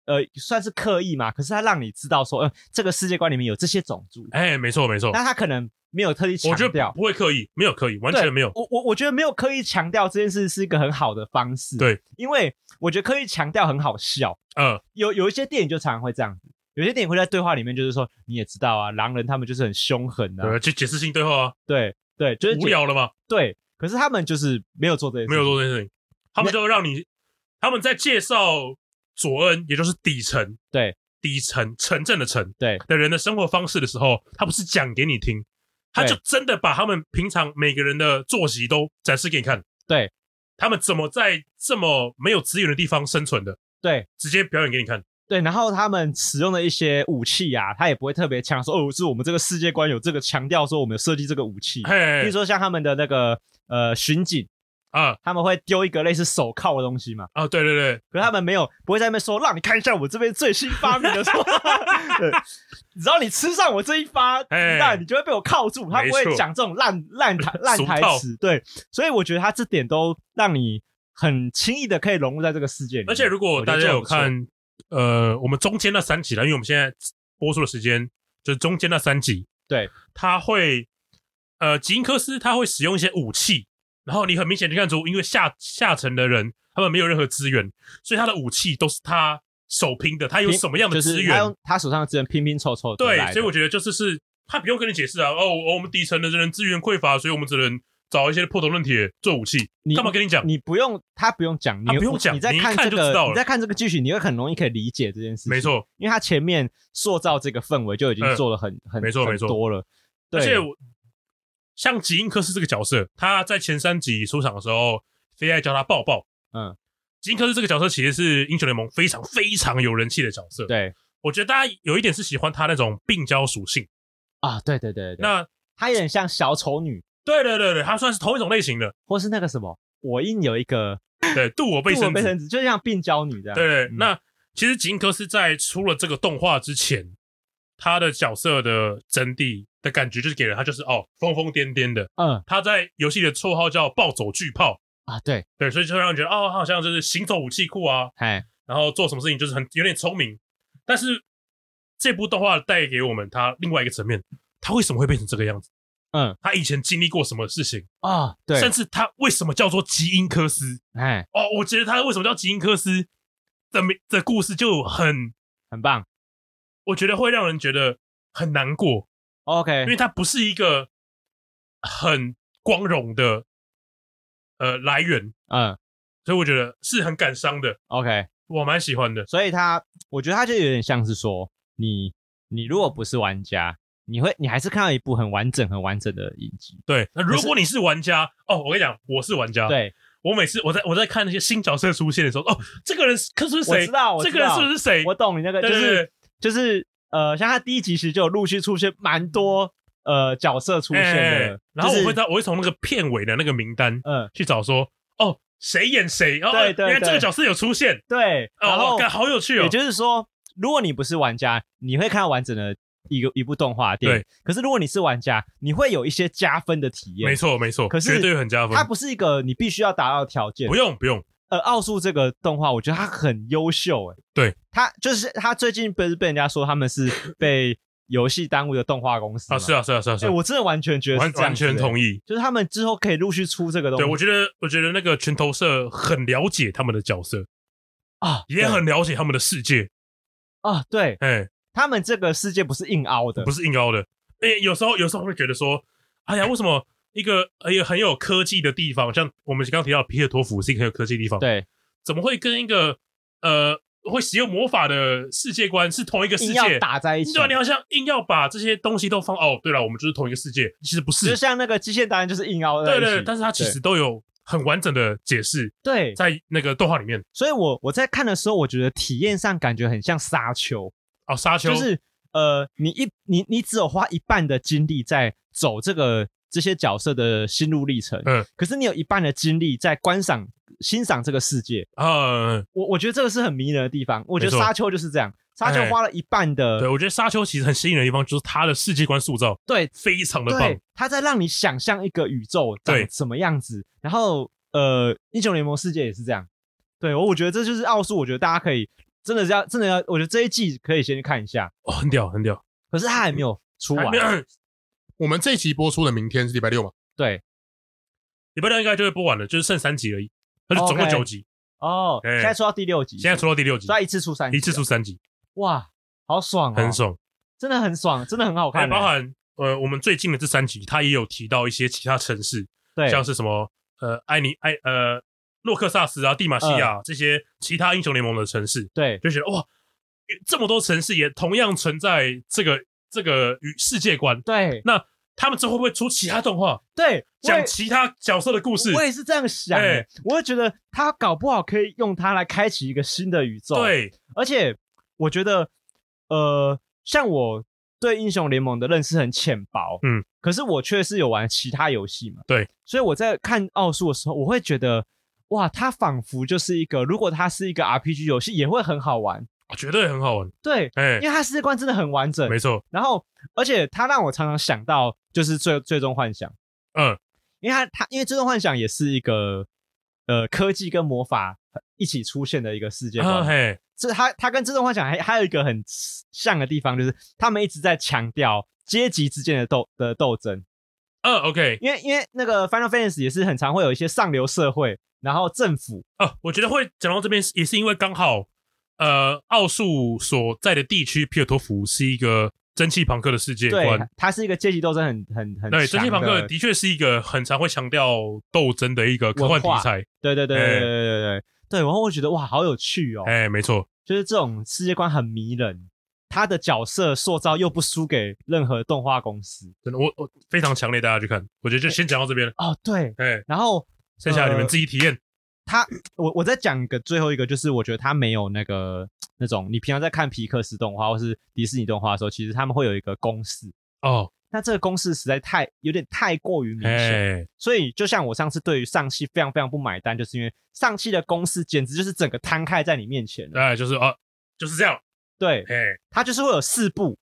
呃算是刻意嘛，可是他让你知道说，呃，这个世界观里面有这些种族，
哎，没错没错，
但他可能没有特地强
我觉得
调。
不会刻意，没有刻意，完全没有。
我我我觉得没有刻意强调这件事是一个很好的方式，
对，
因为我觉得刻意强调很好笑，
呃，
有有一些电影就常常会这样子，有些电影会在对话里面就是说，你也知道啊，狼人他们就是很凶狠的、啊，
对，就解释性对话啊，
对对，就是
无聊了嘛，
对，可是他们就是没有做这件事，
没有做这件事情，他们就让你，他们在介绍佐恩，也就是底层，
对，
底层城镇的城
对
的人的生活方式的时候，他不是讲给你听，他就真的把他们平常每个人的作息都展示给你看，
对，
他们怎么在这么没有资源的地方生存的，
对
直接表演给你看，
对，然后他们使用的一些武器啊，他也不会特别强调说哦，是我们这个世界观有这个强调说我们有设计这个武器，嗯比
嘿
如，说像他们的那个呃巡警，
啊
他们会丢一个类似手铐的东西嘛，
啊，对对对，
可是他们没有不会在那边说让你看一下我这边最新发明的什么， 对只要你吃上我这一发，
哎
那你就会被我铐住，他不
没
会
错
讲这种烂烂台烂
俗
台
套
词，对，所以我觉得他这点都让你很轻易的可以融入在这个世界里面，
而且如果
我觉
大
得
家
哦这
有
很不错，
看，呃，我们中间那三集了，因为我们现在播出的时间就是中间那三集，
对，
他会，呃，吉恩科斯他会使用一些武器，然后你很明显就看出，因为下下层的人他们没有任何资源，所以他的武器都是他手拼的，他有
拼
什么样的
就
资
是他
源？
用他手上的资源拼拼凑凑得
对
来，的
所以我觉得就是是他不用跟你解释啊，哦，我我们底层的人资源匮乏，所以我们只能找一些破铜烂铁做武器，
你
干嘛跟你讲？
你不用他不用讲，你
啊他不用讲
你在
你一
看
看
这
就
个，
知道了
你在看这个剧情，你会很容易可以理解这件事情。
没，错，
因为他前面塑造这个氛围就已经
嗯
做了很、很
没错
很
没错
多了，
而
对，
且我像吉英科斯这个角色，他在前三集出场的时候，菲爱叫他抱抱。
嗯，
吉英科斯这个角色其实是英雄联盟非常非常有人气的角色。，
对
我觉得大家有一点是喜欢他那种病娇属性。
啊，对对对对，
那
他有点像小丑女，
对对对对，他算是同一种类型的。
或是那个什么，我印有一个
对，渡我背
杜我
身
背
子。
身子，就像病娇女这样。
对对，
嗯
那其实吉英科斯在出了这个动画之前，他的角色的真谛的感觉就是给人他就是哦疯疯癫癫的。
嗯
他在游戏里的绰号叫暴走巨炮。
啊，对，
对，所以就会让人觉得哦，他好像就是行走武器库啊，
哎，
然后做什么事情就是很有点聪明。但是这部动画带给我们他另外一个层面，他为什么会变成这个样子？
嗯
他以前经历过什么事情？
啊，对
甚，至他为什么叫做基因科斯？
哎，
哦，我觉得他为什么叫基因科斯的名的故事就很，
很棒。
我觉得会让人觉得很难过，因
OK，
为他不是一个很光荣的呃来源，
嗯
所以我觉得是很感伤的，
，OK，
我蛮喜欢的。
所以他，我觉得他就有点像是说，你你如果不是玩家，你会你还是看到一部很完整、很完整的影集。
对，那如果你是玩家，哦，我跟你讲，我是玩家。，
对，
我每次我在我在看那些新角色出现的时候，哦，这个人是可是
我
谁
知？道，我
这
知
个人
道，
是不是谁？
我懂你那个，就
对对
是
对
就是呃，像他第一集其实就有陆续出现蛮多呃角色出现
哎哎
的
哎，然后
就
我
是
会在我会从那个片尾的那个名单
嗯，
去找说，哦，谁演谁？哦，
对对
原来这个
对
角色有出现，
对，
哦，
然后
哇干好有趣哦
也。就是说，如果你不是玩家，你会看到完整的一个一部动画电影
对。
可是如果你是玩家，你会有一些加分的体验。
没，错没错，
可是
绝对很加分
它。不是一个你必须要达到的条件
不。用不用，
呃，奥数这个动画，我觉得它很优秀、欸，
对，
它就是它最近不是被人家说他们是被游戏耽误的动画公司
啊，是
啊，
啊，是啊，是啊，是
哎，
啊，
我真的完全觉得
完
是这样
完
子欸
全
的
同意。
就是他们之后可以陆续出这个东西，
对，我觉得，我觉得那个拳头社很了解他们的角色，
啊
也
对
很了解他们的世界，
啊，对
哎，
他们这个世界不是硬凹的
不，是硬凹的。哎，有时候，有时候会觉得说，哎呀，为什么一个一个很有科技的地方，像我们刚刚提到皮尔托夫是一个很有科技的地方，
对，
怎么会跟一个呃会使用魔法的世界观是同一个世
硬要
界？
打在一起
对，啊，你好像硬要把这些东西都放哦，对了，我们就是同一个世界，其实不，
就是像那个极限达人就是硬凹在
对
一起，
对，但是它其实都有很完整的解释
对，
在那个动画里面
所以我我在看的时候，我觉得体验上感觉很像沙丘，
哦，沙丘
就是呃，你一你你只有花一半的精力在走这个这些角色的心路历程，
嗯，
可是你有一半的精力在观赏欣赏这个世界，
啊。嗯
我我觉得这个是很迷人的地方，我觉
没
得
错
沙丘就是这样，沙丘
哎
花了一半的
对，我觉得沙丘其实很吸引人的地方就是它的世界观塑造
对
非常的棒
对，，它在让你想象一个宇宙
对
长什么样子。然后呃，英雄联盟世界也是这样。对，我我觉得这就是奥数，我觉得大家可以真的是要真的要，我觉得这一季可以先去看一下。
哦，很屌，很屌。
可是它还没有出完，
哎我们这一期播出的明天是礼拜六嘛？
对
礼拜六应该就会播完了，就是剩三集而已，而且总共
OK
九集，
哦，
哎
现在出到第六集，
现在出到第六集
所以，它一次出三集啊，
一次出三集，
哇，好爽、哦，
很，爽。
真的很爽，真的很好
还
看、欸
包含呃，我们最近的这三集，它也有提到一些其他城市，
对
像是什么呃，埃尼埃呃，洛克萨斯啊、蒂马西亚、
嗯
这些其他英雄联盟的城市，
对
就觉得哇，这么多城市也同样存在这个这个与世界观，
对
那他们之后会不会出其他动画，
对，我也
讲其他角色的故事？
我也是这样想、
哎
欸，我会觉得他搞不好可以用它来开启一个新的宇宙。，
对，
而且我觉得，呃，像我对英雄联盟的认识很浅薄，
嗯，
可是我却是有玩其他游戏嘛，
对，
所以我在看奥数的时候，我会觉得，哇，它仿佛就是一个，如果它是一个 RPG 游戏，也会很好玩，
绝对很好玩。
对，
哎、
因为它世界观真的很完整
没，错，
然后而且它让我常常想到就是最最终幻想，
嗯，
因为它它因为最终幻想也是一个呃科技跟魔法一起出现的一个世界观嘛，
啊嘿，
这他他跟自动幻想还还有一个很像的地方，就是他们一直在强调阶级之间的斗的斗争，
嗯，OK，
因为因为那个 Final Fantasy 也是很常会有一些上流社会，然后政府
哦、我觉得会讲到这边是也是因为刚好，呃，奥数所在的地区皮尔托夫是一个蒸汽朋克的世界
对
观。，
它是一个阶级斗争很很很
对，
强
蒸汽朋克
的
的确是一个很常会强调斗争的一个科幻题
文化哦
材。
对对对
哎
对对对对对对，然后我觉得哇，好有趣哦，
哎、没错，
就是这种世界观很迷人，他的角色塑造又不输给任何动画公司
真的，我我非常强烈大家去看。我觉得就先讲到这边了，
哦，对，
哎、
然后
剩下你们
呃
自己体验。
他，我我再讲一个最后一个，就是我觉得他没有那个那种你平常在看皮克斯动画或是迪士尼动画的时候，其实他们会有一个公式，
哦，
那这个公式实在太有点太过于明显，
哎，
所以就像我上次对于上汽非常非常不买单，就是因为上汽的公式简直就是整个摊开在你面前了，
哎，就是啊，就是这样，
对，
哎，
它就是会有四步，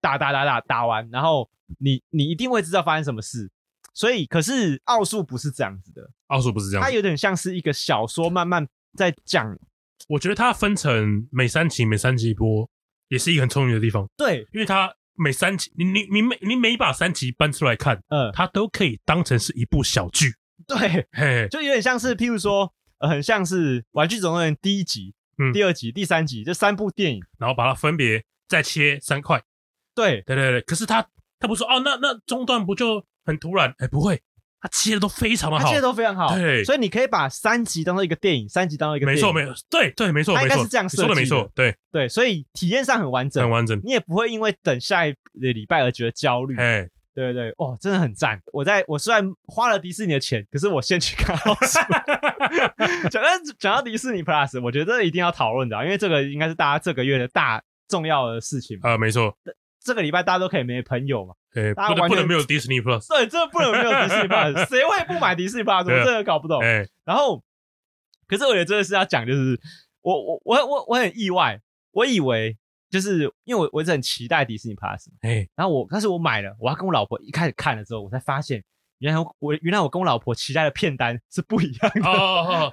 打打打打打完，然后你你一定会知道发生什么事，所以可是奥数不是这样子的，
奥数不是这样
它
子。
有点像是一个小说慢慢在讲。
我觉得它分成每三集每三集播，也是一个很聪明的地方，
对，
因为它每三集，你你你每你每把三集搬出来看，
嗯，
它都可以当成是一部小剧，
对，
嘿，
就有点像是，譬如说，呃、很像是《玩具总动员》第一集、
嗯
第二集、第三集这三部电影。
然后把它分别再切三块，
对，
对对对。可是它它不是说哦，那那中段不就很突然？哎，不会，它切的都非常的
它
好
切的，都非常好，
对
所以你可以把三集当做一个电影，三集当做一个
没
电影，
错没错，对对没错
它
没
应该
错，
是这样
你说的
设
没
计的
错，对，
对，所以体验上很完整，
很完整，
你也不会因为等下一个礼拜而觉得焦虑。
哎，
对对对，哦，真的很赞！我在我虽然花了迪士尼的钱，可是我先去看奥数。 讲到讲到迪士尼 Plus，我觉得这一定要讨论的啊、因为这个应该是大家这个月的大重要的事情嘛。
啊，没错，
这个礼拜大家都可以没朋友嘛。
哎，
大家
不能
完
不
全
能没有 Disney Plus，
对，这不能没有迪士尼 Plus，谁会不买迪士尼 Plus？我
对啊
真的搞不懂。
哎，
然后，可是我觉得真的是要讲，就是我我我我我很意外，我以为就是因为我我一直很期待迪士尼 Plus，
哎，
然后我但是我买了，我要跟我老婆一开始看了之后，我才发现原来我我原来我跟我老婆期待的片单
哦
是不一样的。
哦哦哦，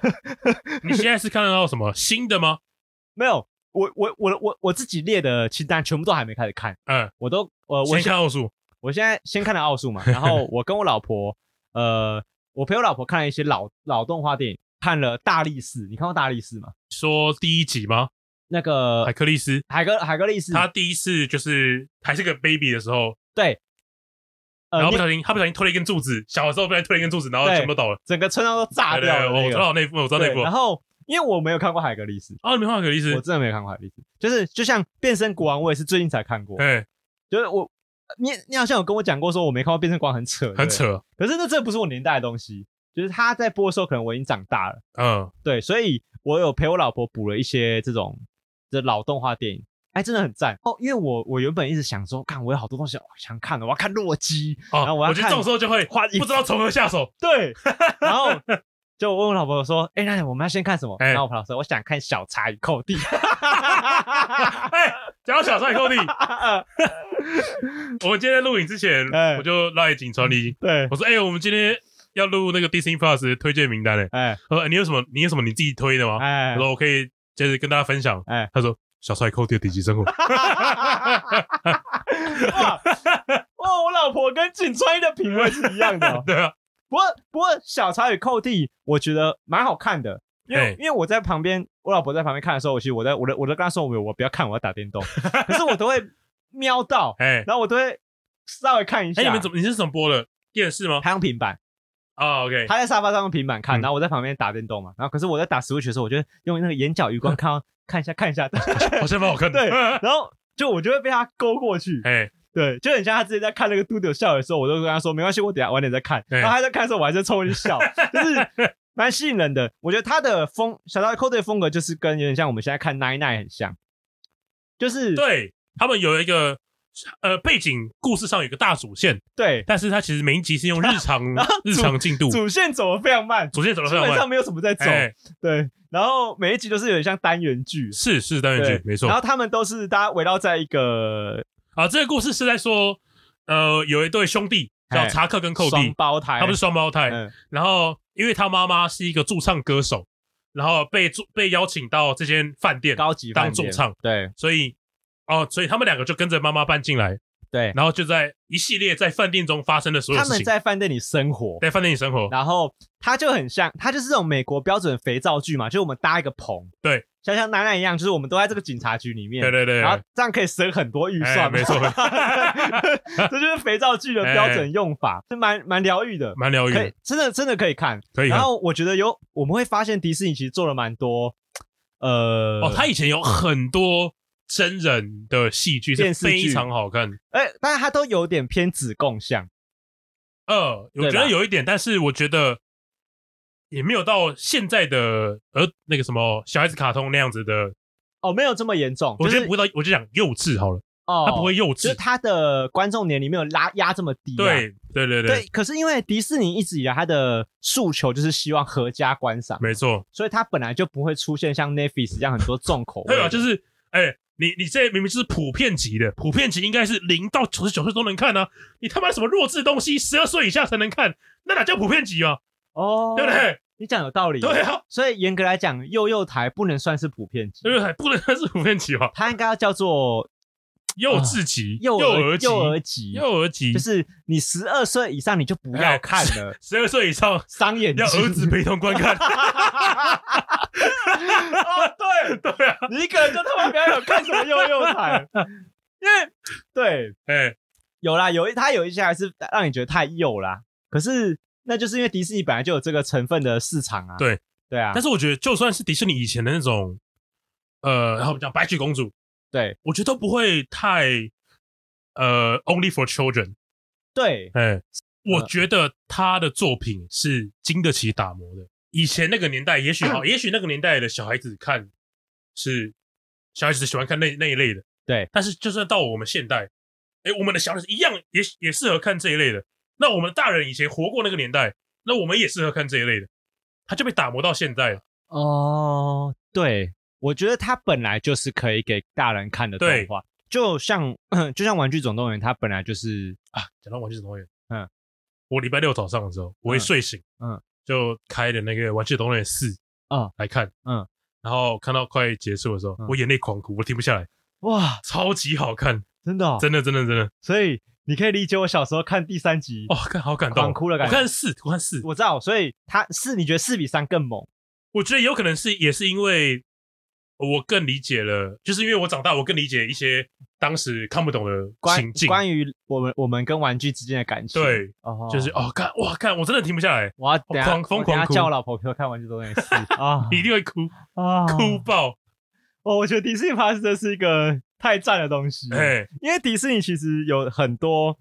你现在是看得到什么新的吗？
没有，我我我我我自己列的清单全部都还没开始看，
嗯，
我都呃我
先
现
看奥数，
我现在先看了奥数嘛，然后我跟我老婆呃，我陪我老婆看了一些老老动画电影，看了《大力士》，你看过《大力士》吗？
说第一集吗？
那个
海克力斯，
海格海格力士，
他第一次就是还是个 baby 的时候，
对，呃
然后，不
那
小心他不小心推了一根柱子，小的时候不小心推了一根柱子，然后
对
全部都倒了。
整个村庄都炸
对对
掉
对，
了、那
我
个
我知道那部，我知道那
对
部。
然后，因为我没有看过海格力士，
哦，你没看过海克力
我
斯？
真的没有看过海格力士，就是就像变身国王，我也是最近才看过，
哎，
就是我。你你好像有跟我讲过，说我没看过变身国王很扯，
很
对
扯，
不对。可是那这不是我年代的东西，就是他在播的时候，可能我已经长大了，
嗯，
对，所以我有陪我老婆补了一些这种这老动画电影，哎，真的很赞哦。因为我我原本一直想说，看我有好多东西哦想看的，我要看洛基，然
哦，
后我要
我觉得
看
这种时候就会
花一
不知道从何下手，
对，然后就我问我老婆说：“哎、那我们要先看什么？”
哎
然后我老婆说：“我想看《小茶与寇弟》
哎，讲到小帅 兄弟，我们今天录影之前，
哎
我就赖景传你，”
对，
我说，哎，我们今天要录那个 Disney Plus 的推荐名单嘞。
哎
他说，哎你有什么？你有什么你自己推的吗？
哎
我，说，我可以接着跟大家分享。
哎
他说，小帅扣弟的顶级 生活。
哇哇！我老婆跟景川一的品味是一 样的哦、
对啊，
不过不过，《小茶与寇弟》我觉得蛮好看的，因为
哎
因为我在旁边，我老婆在旁边看的时候，我其实我在我的我在跟她说我我不要看，我要打 电动，可是我都会瞄到，
哎
然后我都会稍微看一下。
哎，你们怎么？你是怎么播的？电视吗？
他用平板？
啊，OK，
他在沙发上用平板看，
嗯
然后我在旁边打电动嘛。然后可是我在打 Switch 的时候，我就用那个眼角余光看到看一下看一下，
好像蛮好看的。
对，然后就我就会被他勾过去。
哎，
对，就很像他之前在看那个嘟嘟笑的时候，我都跟他说没关系，我等一下晚点再看。
对
然后他在看的时候，我还在凑过 去笑，就是蛮吸引人的。我觉得他的风小刀扣队风格就是跟有点像我们现在看奈奈很像，就是
对他们有一个呃背景故事上有一个大主线，
对
但是它其实每一集是用 日常
主
日常进度，
主线走的非常慢，
主线走的
基
非常
本
慢
上。没有什么在走。
哎，
对，然后每一集都是有点像单元剧，
是是单元
对
剧，没错
然。后他们都是大家围绕在一个
啊，这个故事是在说，呃，有一对兄弟叫
哎
查克跟寇
双
弟，
胞胎，
他们是双胞胎。
嗯
然后因为他妈妈是一个驻唱歌手，然后被驻被邀请到这间饭店，
高级
当
饭店
驻唱，
对
所以哦，所以他们两个就跟着妈妈搬进来，
对，
然后就在一系列在饭店中发生的所有
他
事
们
情，
在饭店里生活，
在饭店里生活。
然后他就很像，他就是这种美国标准肥皂剧嘛，就是我们搭一个棚，
对，
像像奶奶一样，就是我们都在这个警察局里面，
对对对，
然后这样可以省很多预
哎
算，
没错 哎
这就是肥皂剧的标准用法，是蛮蛮疗愈的。
蛮疗愈
可
的
以，，真的真的可以看。
可以看
然。后我觉得有，我们会发现迪士尼其实做了蛮多，呃，
哦，他以前有很多真人的戏剧是
电视剧
非常好看。
哎，但是它都有点偏子贡向，
呃，我
对
觉得
吧
有一点，但是我觉得也没有到现在的呃那个什么小孩子卡通那样子的，
哦，没有这么严重。
我觉
就
得
是
不会到，我就讲幼稚好了，
哦，
他不会幼
就是
稚。
他的观众年龄没有拉压这么低、啊。
对对对
对
对，
可是因为迪士尼一直以来他的诉求就是希望合家观赏，
没错。
所以他本来就不会出现像 Netflix 一样很多重口味。
对吧？就是哎。你你这明明就是普遍级的，普遍级应该是零到九十九岁都能看啊！你他妈什么弱智东西，十二岁以下才能看，那哪叫普遍级啊？
哦，
对不？对？
你讲有道理。
对啊，
所以严格来讲，幼幼台不能算是普遍级
对，不对？不能算是普遍级吧？
它应该要叫做
啊幼稚级、
幼
儿
儿
级、
幼儿哎级，
幼儿级
就，是你十二岁以上你就不要看了，
十二岁以上
伤眼睛。
要儿 子陪同观看。
哦，对，
对啊，
你一个人就他妈不要有看什么幼幼台，因为 对
哎，
有啦，有一他有一些还是让你觉得太幼啦，可是那就是因为迪士尼本来就有这个成分的市场啊，
对
对啊，
但是我觉得就算是迪士尼以前的那种，呃，然后我们讲白雪公主，
对
我觉得都不会太呃 only for children。
对
哎，我觉得他的作品是经得起打磨的。以前那个年代，也许好，也许那个年代的小孩子看是小孩子喜欢看那那一类的，
对
但是就算到我们现代，哎，我们的小孩子一样也也适合看这一类的。那我们大人以前活过那个年代，那我们也适合看这一类的，他就被打磨到现在了。
哦，对，我觉得它本来就是可以给大人看的动
对
画，就像 就像《玩具总动员》，它本来就是
讲到玩具总动员，
啊嗯，
我礼拜六早上的时候，我一睡醒，
嗯嗯，
就开了那个玩具总动员四
啊
来看，
嗯，
然后看到快结束的时候，
嗯
我眼泪狂哭，我停不下来，
哇，
超级好看，
真的、哦，
真的真的真的，
所以你可以理解我小时候看第三集，
哦，看好感动，
狂哭的感觉
我看四，我看四，
我知道，所以他是你觉得四比三更猛，
我觉得有可能是也是因为我更理解了，就是因为我长大，我更理解一些当时看不懂的
关
情境，
关于我们我们跟玩具之间的感情，，
对，
哦，
就是哦，看哇，看我真的停不下来，
我要等下
狂疯
我等下
狂哭
叫我老婆陪我看玩具 总动员四啊
一定会哭
啊
哭！爆，
哦，我觉得迪士尼 Plus 这是一个太赞的东西，
哎，
因为迪士尼其实有很多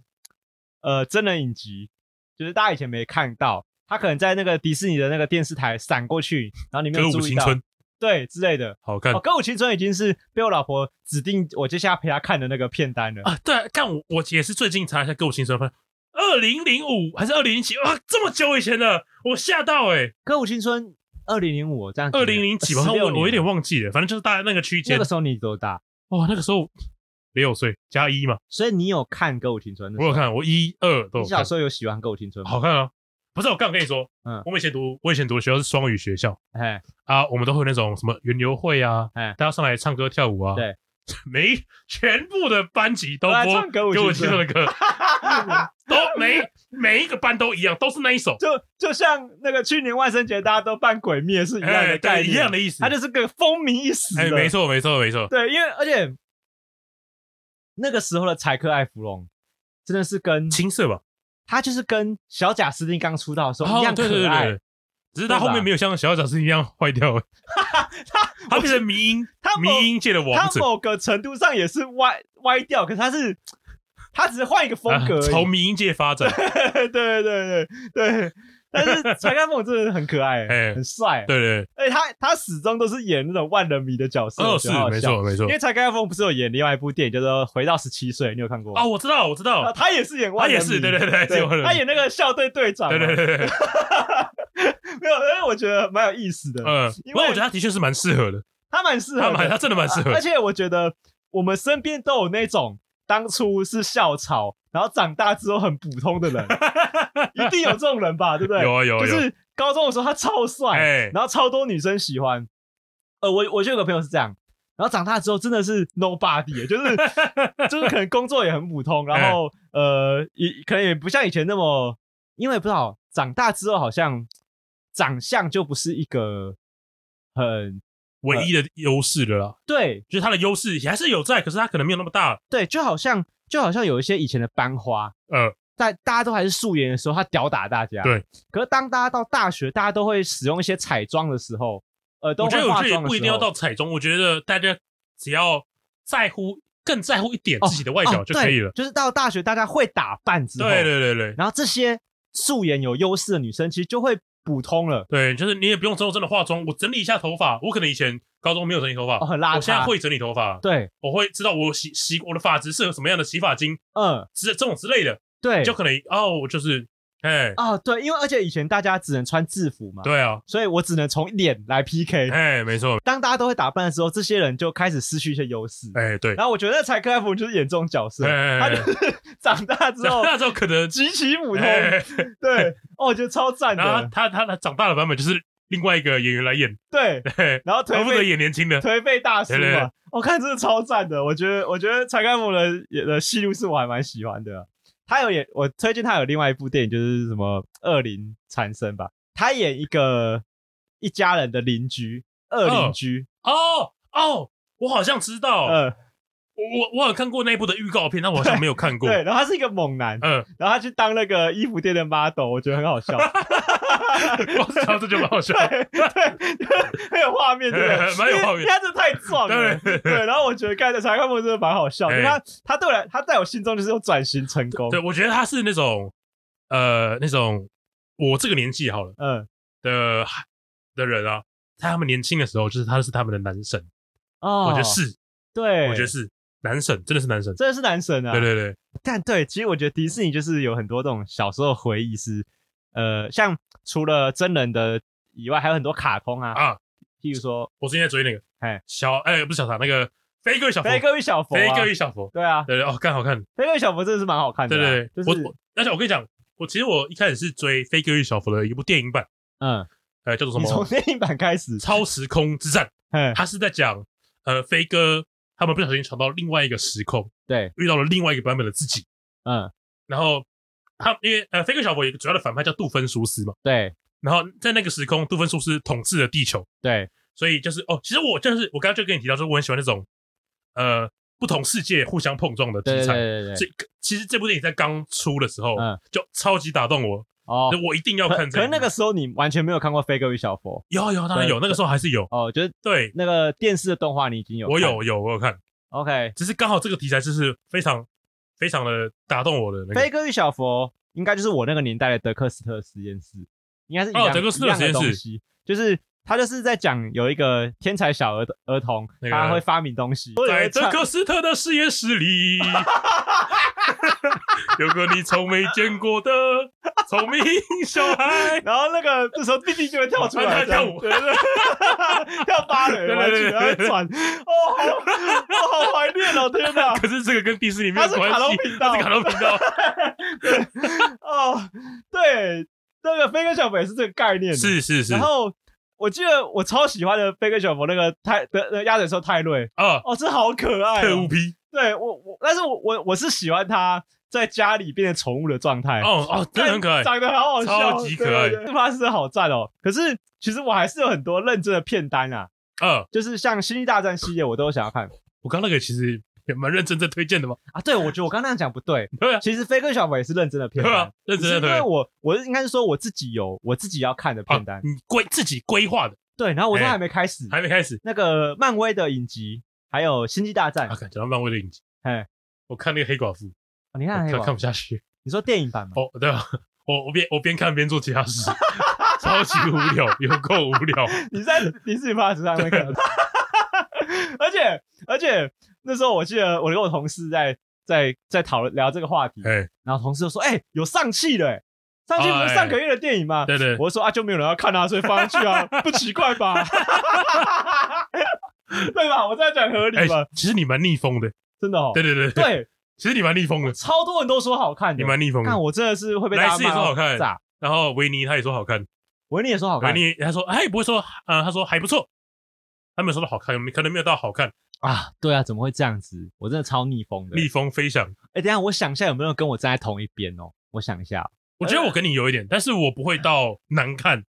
呃真人影集，就是大家以前没看到，他可能在那个迪士尼的那个电视台闪过去，然后你没
歌
有
舞
注意
青
到，
春嗯
对之类的。
好看
哦，歌舞青春已经是被我老婆指定，我接下来陪她看的那个片单了。
啊，对，看我我也是最近查一下歌舞青春，发现二零零五还是二零零七啊，这么久以前了，我吓到哎，
歌舞青春二零零五这样，
二零零几吧，好像
16
我
年
我有点忘记了，反正就是大概那个区
那
间
个，时候你多大？
哇，那个时候六岁加一嘛，
所以你有看歌舞青春？
我有，看，我一二都
你
有哦
小
看。
时候有喜欢歌舞青春吗？
好看啊！不是，我刚跟你说，
嗯
我们以前读，我以前读的学校是双语学校
哎，
啊，我们都会有那种什么园游会啊，
哎
大家上来唱歌跳舞啊，
对，
没，全部的班级都
都来
播
唱歌舞
给我
青
听
春
的歌，都每每一个班都一样，都是那一首，
就就像那个去年万圣节大家都扮鬼灭 是一样
哎，
的概
对，
念，
一样的意思
它，就是个风靡一时
哎，
的
没错，没错，没错，
对，因为而且那个时候的柴克艾芙蓉真的是跟
青涩吧，
他就是跟小贾斯汀刚出道的时候
哦
一样
对对
可
对
爱，
对，只是他
对吧
后面没有像小小是一样坏 掉，他变成迷音
他，某
迷音界的王
他
者，
某个程度上也是歪歪掉，可是他是他只是换一个风格而
啊
已，
朝迷音界发展，
对对对对对。但是柴克艾芙蓉真的很可爱、
哎
很帅、
对对，
哎、他他始终都是演那种万人迷的角色，
对哦，
我
是
觉得好好
没
笑。
错，没错
因。为柴克艾芙蓉不是有演另外一部电影叫做《回到十七岁》，你有看过吗？
哦，我知道，我知
啊，
道，
他也是演万
他
人
也
迷，
是，对对对，
对
是我的
他演那个校队队长嘛，
对对对对，
没有，因为我觉得蛮有意思的，
嗯，
因为
不过我觉得他的确是蛮适合的，
他蛮适合
他
的，
蛮他真的蛮适合
啊而，且我觉得我们身边都有那种当初是校草，然后长大之后很普通的 人，一定有这种人吧，对不对？
有啊有啊
就
有啊，
是高中的时候他超帅，
哎
然后超多女生喜欢。呃，我我就有个朋友是这样，然后长大之后真的是 nobody，就是欸 就是可能工作也很普通，然
哎
后、呃，也可能也不像以前那么，因为不知道长大之后好像长相就不是一个很
唯一的优势了啦，
对
就是他的优势还是有在，可是他可能没有那么大，
对，就好像就好像有一些以前的班花，
呃，
在大家都还是素颜的时候，他吊打大家。
对。
可是当大家到大学，大家都会使用一些彩妆的时候，呃，都
我觉
会
得我
化
觉得也
妆的时候，
不一定要到彩妆，我觉得大家只要在乎更在乎一点
哦
自己的外表
哦
就可以
对
了，
就是到大学，大家会打扮之后，
对对对对
然后这些素颜有优势的女生，其实就会普通了，
对，就是你也不用真的真的化妆，我整理一下头发，我可能以前高中没有整理头发
哦，，很邋遢。
我现在会整理头发，
对，
我会知道我洗洗我的发质适合什么样的洗发精，
嗯，
之这种之类的，
对，
就可能哦，我就是哎，
啊，对，因为而且以前大家只能穿制服嘛，，
对啊，
所以我只能从脸来 PK。
哎，没错，
当大家都会打扮的时候，这些人就开始失去一些优势。
哎，对，
然后我觉得柴克艾芙就是演这种角色，
哎
他就是 长大之后
那时候可能，
极其普通，
哎
对，哦，我觉得超赞
然后
的，
他他他长大的版本就是另外一个演员来演，哎
对，
嘿
然后
而
颓
不得
废
演年轻的，
颓废大叔
对对对
嘛，我看真的超赞的，我觉得我觉得柴干姆的的戏路是我还蛮喜欢的，他有演我推荐他有另外一部电影就是什么《恶灵缠身》吧，他演一个一家人的邻居。恶邻居，
哦哦，我好像知道，
嗯，
我我我有看过那一部的预告片，但我好像没有看过，
对，然后他是一个猛男，
嗯，
然后他去当那个衣服店的 model，我觉得很好笑，
我知道这就蛮好笑，？
对对， 很有画面，对不对
蛮有画面
因为他真的太壮了，
对
对。然后我觉得盖的查克莫真的蛮好笑，因为他他对我来，他在我心中就是有转型成功
对，，我觉得他是那种呃那种我这个年纪好了
嗯
的的人啊，在他们年轻的时候，就是他是他们的男神，
哦
我觉得，是，
对，
我觉得是男神，真的是男神，
真的是男神啊，
对对对。
但对，其实我觉得迪士尼就是有很多这种小时候的回忆是，呃，像除了真人的以外，还有很多卡通啊，
啊，
譬如说
我最近在追那个，
哎，
小哎、不是小唐，那个飞哥与小
《
佛，
飞哥与小佛》
飞
啊，
哥与小佛，
对啊，《
对对哦，看好看，
飞哥与小佛》真的是蛮好看的
对
啊，
对对，
就是
我我，而且我跟你讲，我其实我一开始是追飞哥与小佛的一部电影版，
嗯，
呃，叫做什
你从
么？
电影版开始，嗯
超时空之战，
嘿，
他是在讲呃飞哥他们不小心闯到另外一个时空，
对，
遇到了另外一个版本的自己，
嗯，
然
然
后他因为呃飞哥小佛有一个主要的反派叫杜芬苏斯嘛，
对
然后在那个时空杜芬苏斯统治了地球，
对，
所以就是哦，其实我就是我刚刚就跟你提到说我很喜欢那种呃不同世界互相碰撞的题
对对
材。
对对对，
所以其实这部电影在刚出的时候，
嗯
就超级打动我，
哦
就，我一定要
可
看这
可
一
是
部。
那个时候你完全没有看过《飞哥与小佛
有有当然有，
对
那个时候还是有》，。
哦，就是
对，
那个电视的动画你已经有，
我有有我有看，
，OK，
只是刚好这个题材就是非常非常的打动我的那
《
个
飞。哥与小佛》应该就是我那个年代的德克斯特实验室，应该是一样
哦德克斯特
一样
实
的
验室
东西，就是他就是在讲有一个天才小儿呃儿童，
那个
他会发明东西，
在德
唱
克斯特的实验室 里，有个你从没见过的聪明小孩。
然后那个这时候弟弟就会跳出来
哦他跳舞
这样对对对跳芭蕾
对对
玩具，
对对
然后转，哦，好，哦，好怀念哦，天哪！
可是这个跟迪士 尼没
他
有
是
关
卡通
系，
频道
它是，卡通频 道。
哦，对，那个飞哥小佛也是这个概念，。
是是是
然，后我记得我超喜欢的飞哥小佛那个泰的的鸭嘴兽泰瑞，
啊，
哦，这好可爱、
特务
哦。
批。
对我我，但是我我我是喜欢它在家里变成宠物的状态。
哦 哦，真的很可爱。
长得好好笑，
超级可爱
对对对发丝好赞哦！可是其实我还是有很多认真的片单啊，
啊，
就是像《星际大战》系列，我都想要看
我刚那个其实也蛮认真在推荐的嘛。
啊。对，我觉得我刚刚那样讲不对。
对啊，
其实《飞哥小佛》也是认真的片
对
单
啊，，认
只
真
是
在
因
推
为。我我应该是说我自己有我自己要看的
啊
片单，，
你
嗯
规自己规划的，
对，然后我都
哎
还没开始。
还没开始。
那个漫威的影集，还有《星际大战
啊，》看讲到漫威的影集，
哎，
我看那个黑寡妇，
哦，你
我
看还
看
有
看
吗
不下去。
你说电影版吗？
哦，对啊，我我边我边看边做其他事， 超级无聊，有够无 聊。
你在迪士尼 Plus 上面看， 而且而且那时候我记得我跟我同事在在在讨论聊这个话题，
哎，
然后同事就说：“哎、有上汽的、欸，上汽不
哦
是
哎
上个月的电影吗？”
对对，
我就说：“啊，就没有人要看啊，所以放上去啊，不奇怪吧？ 对吧？我这样讲合理
哎
吧？，
其实你蛮逆风的。
真的哦，
对对对，
对，
其实你蛮逆风的，
超多人都说好看
你
的，
蛮逆风的
看。我真的是会被
莱
大家
斯也
骂
说好看
炸。
然后维尼他也说好看，
维尼也说好
维
看
尼他说哎不会说，呃他说还不错，他没有说到好看，可能没有到好看。
啊，对啊，怎么会这样子？我真的超逆风的。
逆风飞翔，
哎、等一下，我想一下有没有人跟我站在同一边哦？我想一下哦，
我觉得我跟你有一点，但是我不会到难看。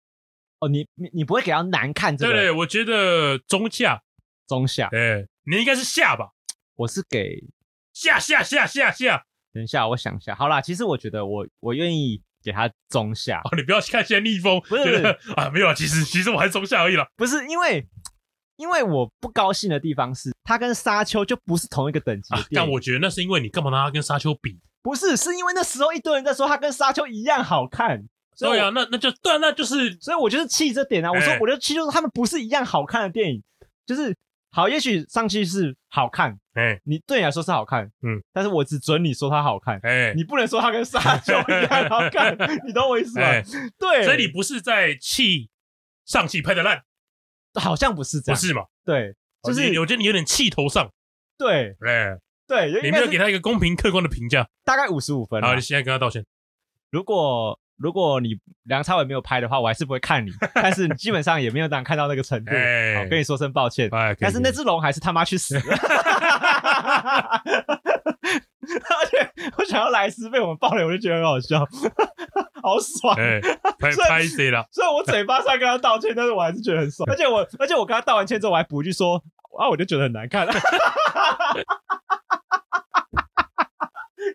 哦，你你你不会给到难看这
对对，
个
我觉得中下，
中下，
哎，你应该是下吧，
我是给
下下下下下。
等一下，我想一下。好啦，其实我觉得我我愿意给他中下，
哦，你不要看现在逆风，
不是
觉得啊没有啊，其实其实我还是中下而已啦。
不是因为因为我不高兴的地方是，他跟沙丘就不是同一个等级
啊
的，电
但
影。
我觉得那是因为你干嘛拿它跟沙丘比？
不是，是因为那时候一堆人在说他跟沙丘一样好看，所以我
对啊，，那那就对啊，那就是
所以我就是气这点啊。我说
哎，
我就气就是他们不是一样好看的电影，就是好，也许上去是好看，
哎
你对你来说是好看，
嗯，
但是我只准你说它好看，
哎
你不能说它跟沙丘一样好看， 你懂我意思吗？
哎，
对，
所以你不是在气上气拍的烂，
好像不是这
不
样，
是嘛？
对，就
哦你
是
我觉得你有点气头上，
对
哎，
对，
你
应
没
该
有给
是
他一个公平客观的评价。
大概五十五分啦
好，你现在跟他道歉。
如果如果你梁朝伟没有拍的话，我还是不 会看你，但是你基本上也没有当看到那个程度，
哎
好跟你说声抱歉。
哎，可以
但是那
可以
只龙还是他妈去死！ 而且我想要莱斯被我们爆雷，我就觉得很好笑，好爽。
哎，拍
哦 所以
拍谁了？
虽然我嘴巴上跟他道歉，但是我还是觉得很 爽。而且我，而且我跟他道完歉之后，我还补一句说：“啊，我就觉得很难看。”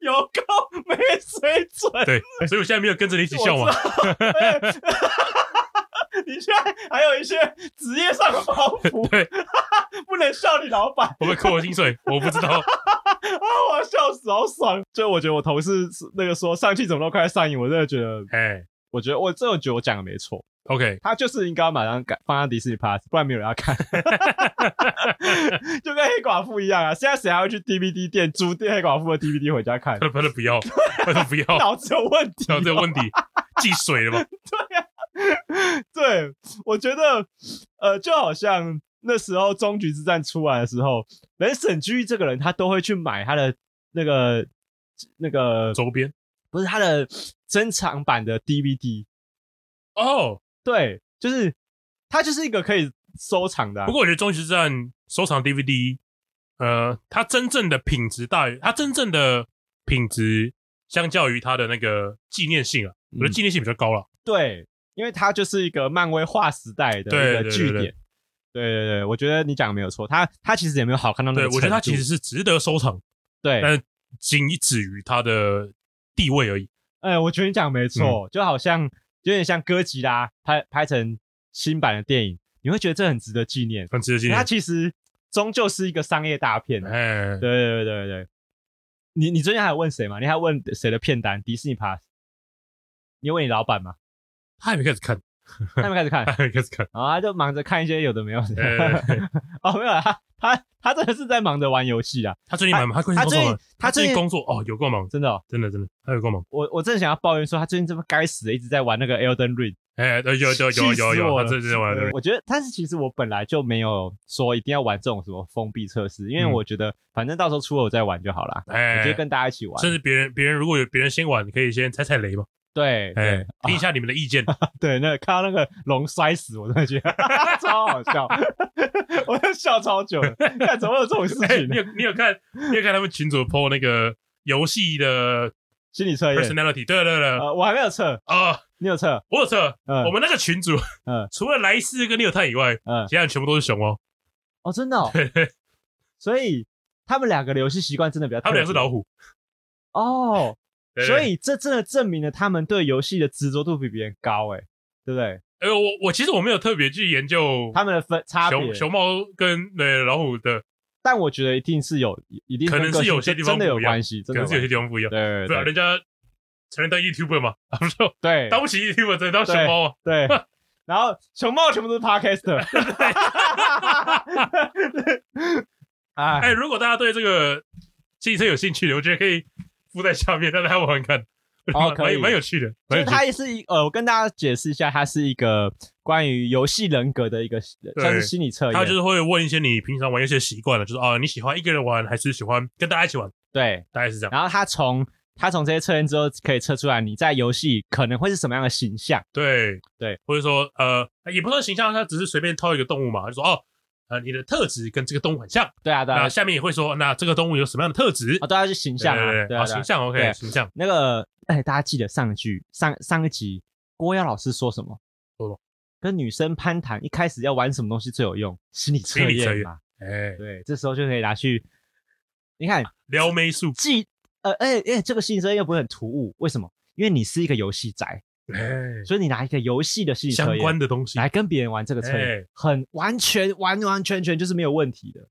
有够没水准！
对，所以我现在没有跟着你一起笑嘛。
而且哎 你现在还有一些职业上的包袱，
对，
不能笑你老板
我被扣我薪 水，我不知道。
啊！我要笑死，好爽！就我觉得我同事是那个说上期怎么都快上瘾，我真的觉得，
哎
我觉得我真的觉得我讲的没错。
，OK，
他就是应该要马上改放在迪士尼 Plus，不然没有人要看， 就跟黑寡妇一样啊！现在谁还会去 DVD 店租黑寡妇的 DVD 回家看
他？他不 要，他不要，
脑子有问题、
然后这个问 题进水了嘛？
对，我觉得，呃，就好像那时候终局之战出来的时候，连沈居易这个人，他都会去买他的那个那个，
周边
不是他的珍藏版的 DVD，
哦，
对，就是他就是一个可以收藏的啊、
不过我觉得《终极之战》收藏 DVD，呃，它真正的品质大于它真正的品质，相较于它的那个纪念性啊，我
嗯
的纪念性比较高了。
对，因为它就是一个漫威划时代
对
的一个
对
据
对
点。对对对，我觉得你讲的没有错，它它其实也没有好看到那
对，
个
我觉得它
嗯程
其
度
实是值得收藏，
对，
但仅止于它的地位而已。
哎，我觉得你讲得没
嗯
错，就好像有点像哥吉拉拍拍成新版的电影，你会觉得这很值得纪念。
很值得纪
它
念。
其实终究是一个商业大片啊。
哎，
对对对对对，你你最近还有问谁吗？你还有问谁的片单？迪士尼 Plus，你有问你老 板吗？
他还没开始 看，
他们开始看，
他还没开始看。
然后他就忙着看一些有的没有的。
哎
哦，没有啦，他他他真的是在忙着玩游戏啊，
他最近蛮忙，他最近
他
工作
最
忙，
他
最
最
近工作哦，有够忙，
真的哦、
真的真的，他有够忙。
我我真的想要抱怨说，他最近这么该死的一直在玩那个 Elden Ring。
哎，有有有有
气死
有有，
我
他
了
最近在玩
呃我觉得，但是其实我本来就没有说一定要玩这种什么封闭测试，因为
嗯
我觉得反正到时候出了我再玩就好啦。
哎
我觉得跟大家一起玩，
甚至别人别人如果有别人先玩，你可以先踩踩雷嘛，
对
哎
对，
听一下你们的意见。
对，那个看到那个龙摔死，我真的觉得 超好笑，我就笑超久了。看怎么会有这种事
哎
情
你
呢？
有你有看你有看他们群主 PO 那个游戏的
心理测验，
personality？对对对，
呃，我还没有测，
啊，
你有测？
我有测，
嗯
我们那个群主
嗯
除了莱斯跟利尔泰以外，
嗯，
其他人全部都是熊猫，
哦，真的哦，
对对
所以他们两个的游戏习惯真的比较，
他们俩是老
虎
虎，
哦，
对对
所以这真的证明了他们对游戏的执着度比别人高，哎，对不对？
呃，我我其实我没有特别去研究
他们的分差别
熊，熊猫跟呃老虎的，
但我觉得一定是有，一定
可能
跟个
是有些
性
地
真
方
的
不
有
一样
关系，
可
真的
能是有些
关系
地方不一样，
对
不然
对
人家承认当 YouTuber 嘛，他们说
对
当不起 YouTuber，只能当熊猫啊，
对，然后熊猫全部都是 podcaster，啊，
哎，如果大家对这个汽车有兴趣的，我觉得可以附在下面，让大家玩玩看，
哦
蛮
可以
蛮蛮有趣的，
就
蛮
是
有趣
它
的。
也是一呃，我跟大家解释一下，它是一个关于游戏人格的一个算是心理测
他就
验，
是会问一些你平常玩游戏的习惯了，就是哦，你喜欢一个人玩还是喜欢跟大家一起玩？
对，
大概是这样。
然后它从它从这些测验之后可以测出来你在游戏可能会是什么样的形象，
对
对，
或者说呃，也不算形象，他只是随便套一个动物嘛，就说哦，呃，你的特质跟这个动物很像。
对啊对啊
那，下面也会说，那这个动物有什么样的特质
啊？对啊是形象啊，
对
对
对，
啊
好
对啊
形象 OK，
对
形象
那个，哎，大家记得上一句上上一集郭耀老师说什么？
说什么
跟女生攀谈一开始要玩什么东西最有用？心理测
心理测
验
验
嘛。
哎，
对，这时候就可以拿去，你看
撩妹术，
记呃，哎哎，这个心理测验又不会很突兀，为什么？因为你是一个游戏宅，
哎，
所以你拿一个游戏的心理测
相
验
关的东西，
来跟别人玩这个测验
哎，
很完全完完全全就是没有问题的。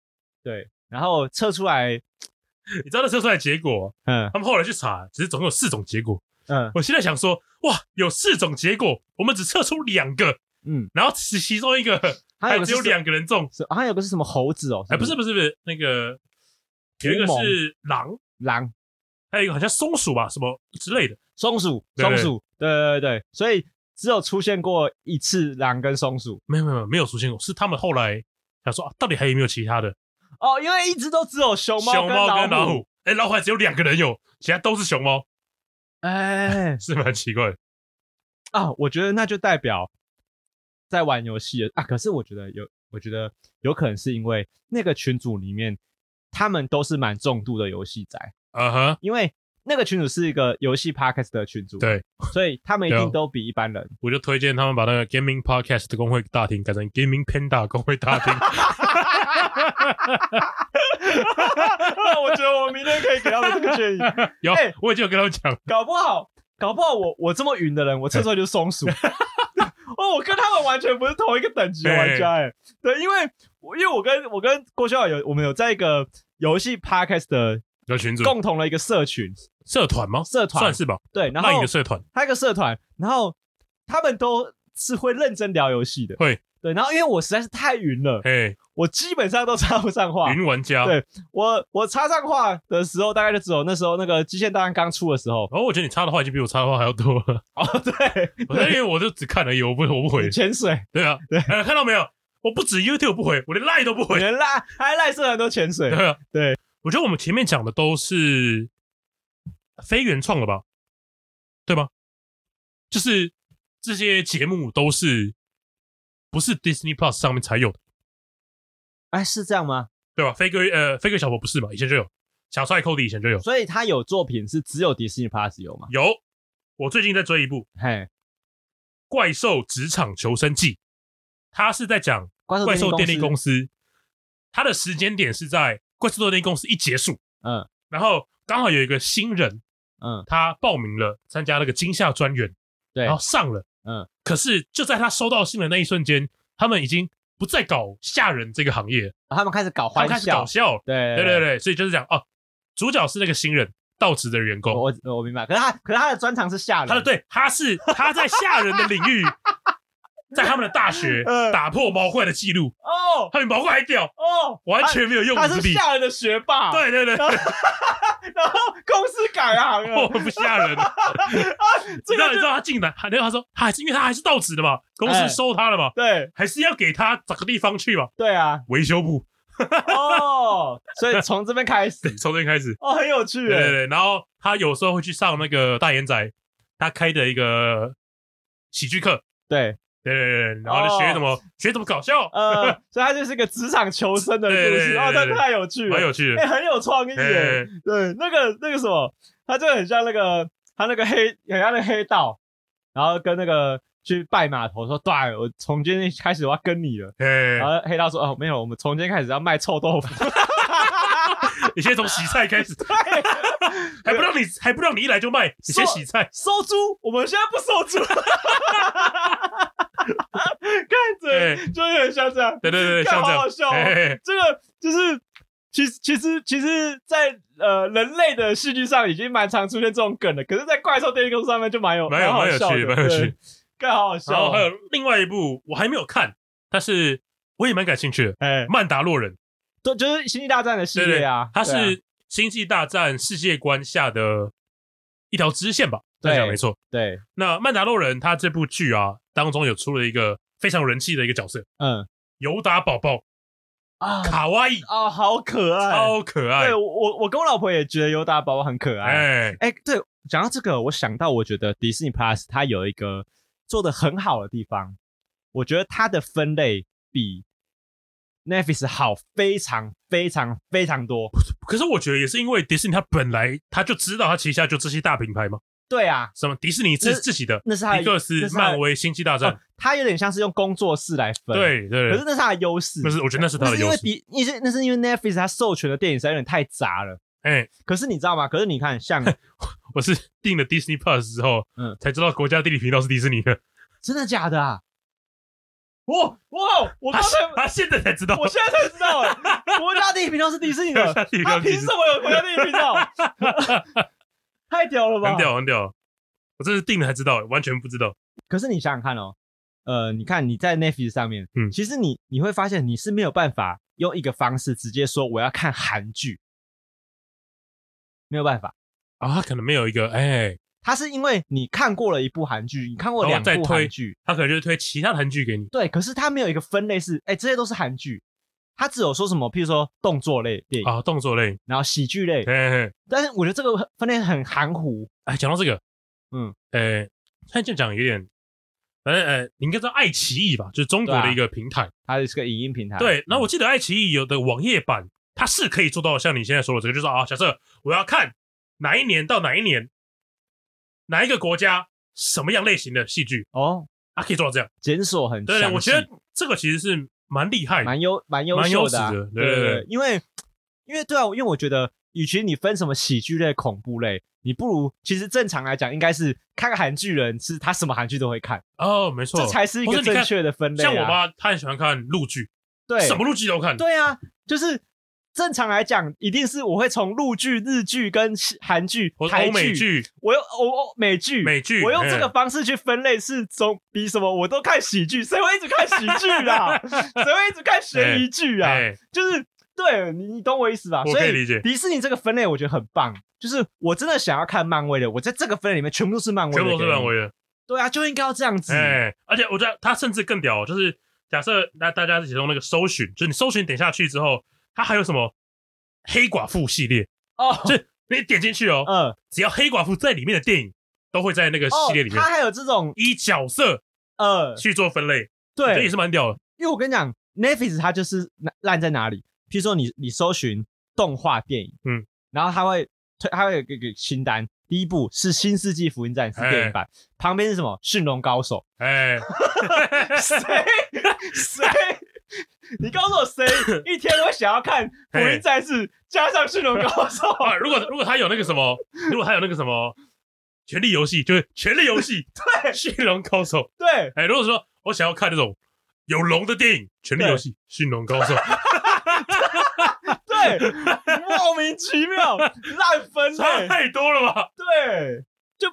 对，然后测出来，
你知道那测出来的结果？
嗯
他们后来去查，只是总共有四种结果。
嗯
我现在想说，哇，有四种结果，我们只测出两个，
嗯，
然后其其中一个
还有
还
个
只
是嗯
有两个人中。
是好像有个是什么猴子哦，
哎，不是不是不是，那个有一个
狐獴
是狼，
狼，
还有一个好像松鼠吧，什么之类的。
松鼠，
对
松鼠，对对对对，所以只有出现过一次狼跟松鼠
没有没有没有没有出现过，是他们后来想说，啊到底还有没有其他的
哦，因为一直都只有熊猫
熊猫跟
老
老，虎？哎，老虎还只有两个人有，其他都是熊猫，
哎
是蛮奇怪的。
啊，我觉得那就代表在玩游戏的啊。可是我觉得有，我觉得有可能是因为那个群组里面他们都是蛮重度的游戏宅，
啊哈，
因为那个群组是一个游戏 podcast 的群组，
对，
所以他们一
对啊
定都比一般人。
我就推荐他们把那个 Gaming Podcast 的工会大厅改成 Gaming Panda 工会 大厅。
啊我觉得我明天可以给他们这个建议。
有
哎，
我已经有跟他们讲了，
搞不好，搞不好我我这么云的人，我测出来就是松鼠。 哦，我跟他们完全不是同一个等级的玩家哎、对，因为我因为我跟我跟郭校友有我们有在一个游戏 podcast 的
有群主
共同的一个社群，
社团吗？
社团
算是吧，
对，然后
那你的社团
他一个社团，然后他们都是会认真聊游戏的，
会
对，然后因为我实在是太云了，
哎，
我基本上都插不上话，
云玩家。
对我我插上话的时候，大概就只有那时候那个《极限大战》刚出的时候，
然后哦我觉得你插的话已经比我插的话还要 多了，
哦，对，
我因为我就只看而已，我不我不回
你，潜水。
对啊，
对
哎，看到没有？我不止 YouTube 不回，我连 Line 都不回，
原来还赖社很多潜水
对，啊，
对。
我觉得我们前面讲的都是非原创的吧，对吗？就是这些节目都是不是 Disney Plus 上面才有的，
哎，是这样吗？
对吧？飞哥呃，飞哥小佛不是嘛？以前就有，小帅 Cody 以前就有，
所以他有作品是只有迪士尼 Plus 有吗？
有。我最近在追一部《
嘿，
怪兽职场求生记》，它是在讲
怪
怪兽电力
力
公
司，
司，它的时间点是在怪兽电力公司一结束，
嗯
然后刚好有一个新人
嗯，
他报名了参加那个惊吓专员，
对
然，后上了，
嗯，
可是就在他收到信的那一瞬间，他们已经不再搞吓人这个行业了，
他们开始搞
他
欢
们开始
笑
搞，笑了，
对
对对对，所以就是讲哦，主角是那个新人到职的员工，
我我我明白。可是他可是他的专长是吓人，
他的对他是他在吓人的领 域，在他们的大学
嗯
打破毛怪的记录，
哦
他比毛怪还屌，
哦，
完全没有用
他
武之
是
地，
吓人的学霸，，
对对 对，
然后公司改行
我
了，
不吓 人。你
啊这
知道你
个就
知道他进来，他然后他说他还是因为他还是到职的嘛，公司
哎
收他了嘛，
对
还是要给他找个地方去嘛，
对啊，
维修部
哦，所以从这边开始，
从这边开始。
哦，很有趣
对对
耶，
对，然后他有时候会去上那个大眼仔他开的一个喜剧课，
对，
对对对，然后就
哦
学怎么、学怎么搞笑，
呃，所以他就是一个职场求生的故
对对对
事，
对
哦，
对
这
对
太有趣了，
蛮有趣的。
哎，很有创意
对
耶，对，那个那个什么，他就很像那个他那个黑，很像那个黑道，然后跟那个去拜码头说，对，我从今天开始我要跟你了。
哎，
然后黑道说：“哦，没有，我们从今天开始要卖臭豆腐。
你先从洗菜开始， 还不让你还不让你一来就卖，你先洗菜，
收租，我们现在不收租。” 看
哎
着就有点像这样，
对对对，
看
像这
好
样
好，笑哦。
嘿嘿嘿
这个就是，其实其实其实在，呃人类的戏剧上已经蛮常出现这种梗的，可是，在怪兽电力公司上面就蛮有
蛮有
好
蛮有
笑
趣
的，
蛮有
对
趣，
更好好笑
然后
哦。
还有另外一部我还没有看，但是我也蛮感兴趣的，《
哎，
曼达洛人》。
对，就是《星际大战》的系
对对
列啊，
它
对啊
是《星际大战》世界观下的一条支线吧？
对
这样讲没错。
对，
那曼达洛人他这部剧啊，当中有出了一个非常人气的一个角色，
嗯
尤达宝宝，
啊
卡哇伊，
啊，好可爱，
超可爱
对，我我我跟我老婆也觉得尤达宝宝很可爱。
哎，
哎、对，讲到这个，我想到我觉得迪士尼 Plus 它有一个做的很好的地方，我觉得它的分类比 Netflix 好非常非常非常多。
可是我觉得也是因为迪士尼，他本来他就知道他旗下就这些大品牌嘛，
对啊，
什么迪士尼自
那
自己的
那是它的
皮克
那
斯、
是它的
漫威、星际大
哦
战，，
它有点像是用工作室来分，，
对对，
可是那是它的优势。
那是我觉得那是他
那
的
是因
优
为
势，
迪，那是那是因为 Netflix 它授权的电影实在有点太杂了。
哎。
可是你知道吗？可是你看， 像
我是订了 Disney Plus 之后，
嗯
才知道国家地理频道是迪士尼的。
真的假的啊？哇哇！ 我
他
刚才
他现在才知道，
我现在才知 道，哎，国家地理频道是迪士 尼 的
国家地理，频道
他
是迪
凭
士尼
什么有国家地理频道？ 太屌了吧！
很屌很屌，我这是定了才知道，完全不知道。
可是你想想看哦，呃，你看你在 Netflix 上面，
嗯
其实你你会发现你是没有办法用一个方式直接说我要看韩剧，没有办法。
啊，他可能没有一个，哎、
它是因为你看过了一部韩剧，你看过两
然后再
部
推
韩剧，
他可能就是推其他的韩剧给你。
对，可是它没有一个分类是，哎、这些都是韩剧，它只有说什么，譬如说动作类电影，
啊，动作类，
然后喜剧类，
哎、嘿
但是我觉得这个很分类很含糊。
哎，讲到这个，
嗯，
哎、他这样讲有点，反正呃，你应该知道爱奇艺吧，就是中国
啊
的一个平台。
它是个影音平台。
对，然后我记得爱奇艺有的网页版，它是可以做到像你现在说的这个，就是啊，假设我要看哪一年到哪一年，哪一个国家什么样类型的戏剧，
哦，
它可以做到这样。
检索很
对
嗯
对，
详细
我觉得这个其实是蛮厉害的。
蛮优蛮优
蛮优
秀的啊、
质的对
对
对对
对，因为因为对啊，因为我觉得，与其你分什么喜剧类、恐怖类，你不如其实正常来讲，应该是看个韩剧人是他什么韩剧都会看，
哦，没错，
这才是一
或
个
你看
正确的分类、啊。
像我妈，她很喜欢看陆剧，
对
什么陆剧都看。
对啊，就是正常来讲，一定是我会从陆剧、日剧跟韩剧
或、
台
欧美剧，
我用欧欧美剧、
美剧
我用这个
嗯
方式去分类是中比什么？我都看喜剧，谁会一直看喜剧啦？ 谁会一直看悬疑剧啊？
哎，
就是对你，你懂我意思吧？
我
所
可以
以
理解
迪士尼这个分类我觉得很棒，就是我真的想要看漫威的，我在这个分类里面全部都是漫威的，
全部都是漫。威的。
对啊，就应该要这样子。
哎，而且我觉得它甚至更屌，就是假设那大家一起用那个搜寻，就是你搜寻点下去之后，它还有什么黑寡妇系列，
哦，
就是你点进去哦，
嗯，
只要黑寡妇在里面的电影都会在那个
哦
系列，里面
他还有这种
依角色
呃，
去做分类。我觉得
对
也，是蛮屌的。
因为我跟你讲，Netflix 它就是烂在哪里，譬如说你你搜寻动画电影，
嗯，
然后它会推，它会有一个一个清单，第一部是《新世纪福音战士》
哎
电影版，旁边是什么《驯龙高手
哎，》，
谁谁？你告诉我谁一天会想要看《福音战士》加上《驯龙高手》
啊，如果如果他有那个什么，如果他有那个什么《权力游戏》，就是《权力游戏》
对
驯龙高手》。
对，
哎，如果说我想要看那种有龙的电影，《权力游戏》《驯龙高手》，
对，莫名其妙烂分
差
类，
太多了吧？
对，就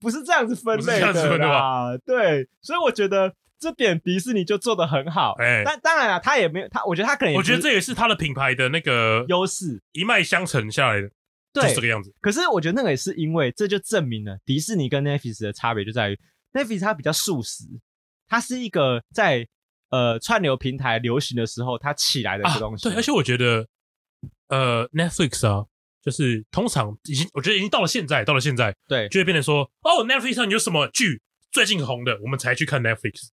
不是这样子分
不是
类
这样子
的
分的
啦。对，所以我觉得这点迪士尼就做的很好。
哎，
但当然了，他也没有他，我觉得他可能也
我觉得
不是
这也是他的品牌的那个
优势。
一脉相承下来的，就是这个
对，
样子。
可是我觉得那个也是因为这就证明了迪士尼跟 Netflix 的差别就在于 Netflix 它比较速食，它是一个在呃串流平台流行的时候它起来的一
啊
个东，西。
对，而且我觉得，呃，Netflix 啊，就是通常已经，我觉得已经到了现在，到了现在
对
就会变成说，哦，Netflix 上有什么剧最近红的，我们才去看 Netflix，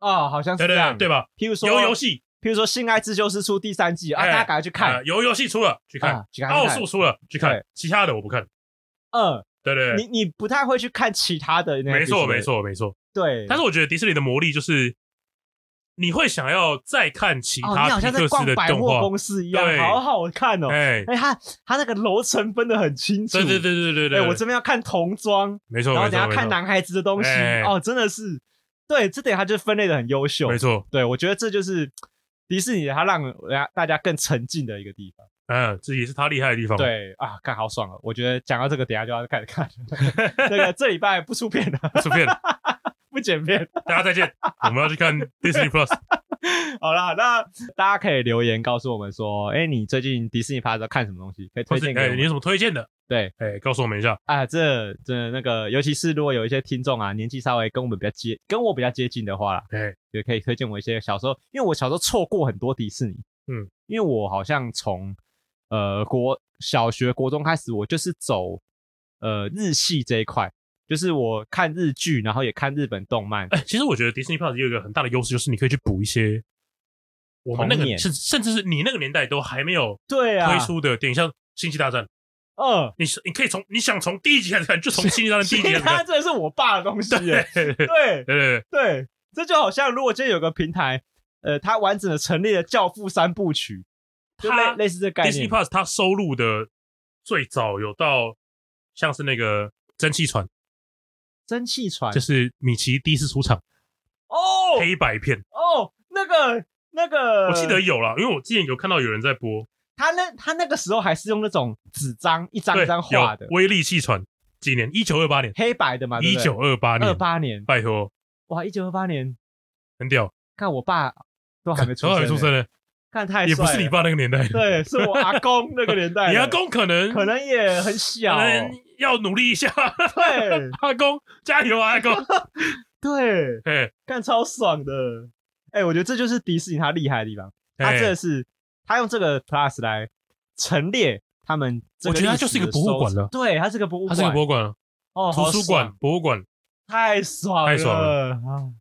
哦，好像是
对
这
对
样，
对？吧？
譬如说，
有游戏
譬如说《性爱自救师》出第三季啊，
哎
大家赶快去看
呃。有游戏出了去看哦
啊，去看去
奥
看
数出了去看
对，
其他的我不看。
嗯，
对对
你
对，
你不太会去看其他的，
没错没，错没错。
对。
但是我觉得迪士尼的魔力就是，你会想要再看其
哦，你
他
好
皮
像在
克斯
逛
的
百
动
货
画，
公司一样，
对
好好看哦。
哎，
哎，他他那个楼层分的很清楚。
对对对对对对，
哎，我这边要看童装，
没错
然后
没
等下
错没
看
错
男孩子的东西
哎。
哦，真的是，对，这点他就分类的很优秀
没。错，
对，我觉得这就是迪士尼它让人家大家更沉浸的一个地方。
嗯，这也是他厉害的地方。
对啊，看好爽哦！我觉得讲到这个，等一下就要开始看。那个 这礼拜不出片了，
出片，
不剪片。
大家再见，我们要去看 Disney Plus。
好啦，那大家可以留言告诉我们说，哎、你最近迪士尼 Plus 都看什么东西？可以
或
推
是
荐给
哎、
我
你有
们。
什么推荐的？
对
哎、告诉我们一下。
啊，这这那个，尤其是如果有一些听众啊，年纪稍微跟我们比较接，跟我比较接近的话啦，
哎、
也可以推荐我一些小时候，因为我小时候错过很多迪士尼，
嗯，
因为我好像从呃国小学、国中开始，我就是走呃日系这一块，就是我看日剧，然后也看日本动漫，
哎、其实我觉得 Disney Plus 也有一个很大的优势，就是你可以去补一些我们那
童
个
年
甚甚至是你那个年代都还没有
对啊，
推出的电影，像《星际大战》，
嗯，
你是你可以从你想从第一集开始看，就从《星际大战》第一集开始
他
看。
真的是我爸的东西
对
耶，
对对
对。
对，
对，这就好像如果今天有个平台，呃，它完整的成立了《教父》三部曲，就类
它
类似这个概
Disney
念。
Plus 它收录的最早有到像是那个蒸汽船，
蒸汽船
就是米奇第一次出场
哎哦
黑白片，
哦，那个那个，
我记得有啦，因为我之前有看到有人在播，
他那他那个时候还是用那种纸张一张
对，
一张画的
有，威力气船几年？一九二八年，
黑白的嘛，
一九二八年，
二八年，
拜托，
哇，一九二八年，
很屌，
看我爸都还没出
从哪里
生
出
呢
生的，
看太
也不
帅
是你
了，
爸那个年代的，
对，是我阿公那个年代的，
你阿公可能
可能也很
可
小，
能要努力一 下，
对
阿公加油啊，阿 公，
对，
哎
看超爽的，哎，我觉得这就是迪士尼它厉害的地方。他
哎
真的是他用这个 Plus 来陈列他们这
我
个
觉得它
历史
就是一个
的
博物
收
馆
集
了
对，它是个博物
它
馆，
是个博物馆，啊
哦，
图
好
书
爽
馆、，博物馆，
太爽了，
太爽了
啊。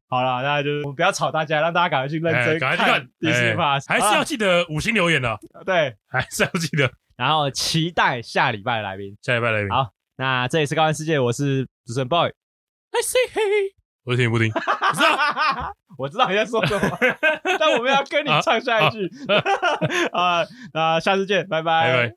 好了，那就是我们不要吵大家，让大家赶快去认
哎，
真
赶快去看
迪士
哎
尼 Plus，啊
还是
好
要
啦
记得五星留言的，
对，
还是要记得
然后期待下礼拜的来宾。
下礼拜来宾
好。那这里是高玩世界，我是主持人 boy，
I say hey，我是田 不丁，知道
我知道你在说 什么， 但我们要跟你唱下一句啊，那下次见，拜
拜拜。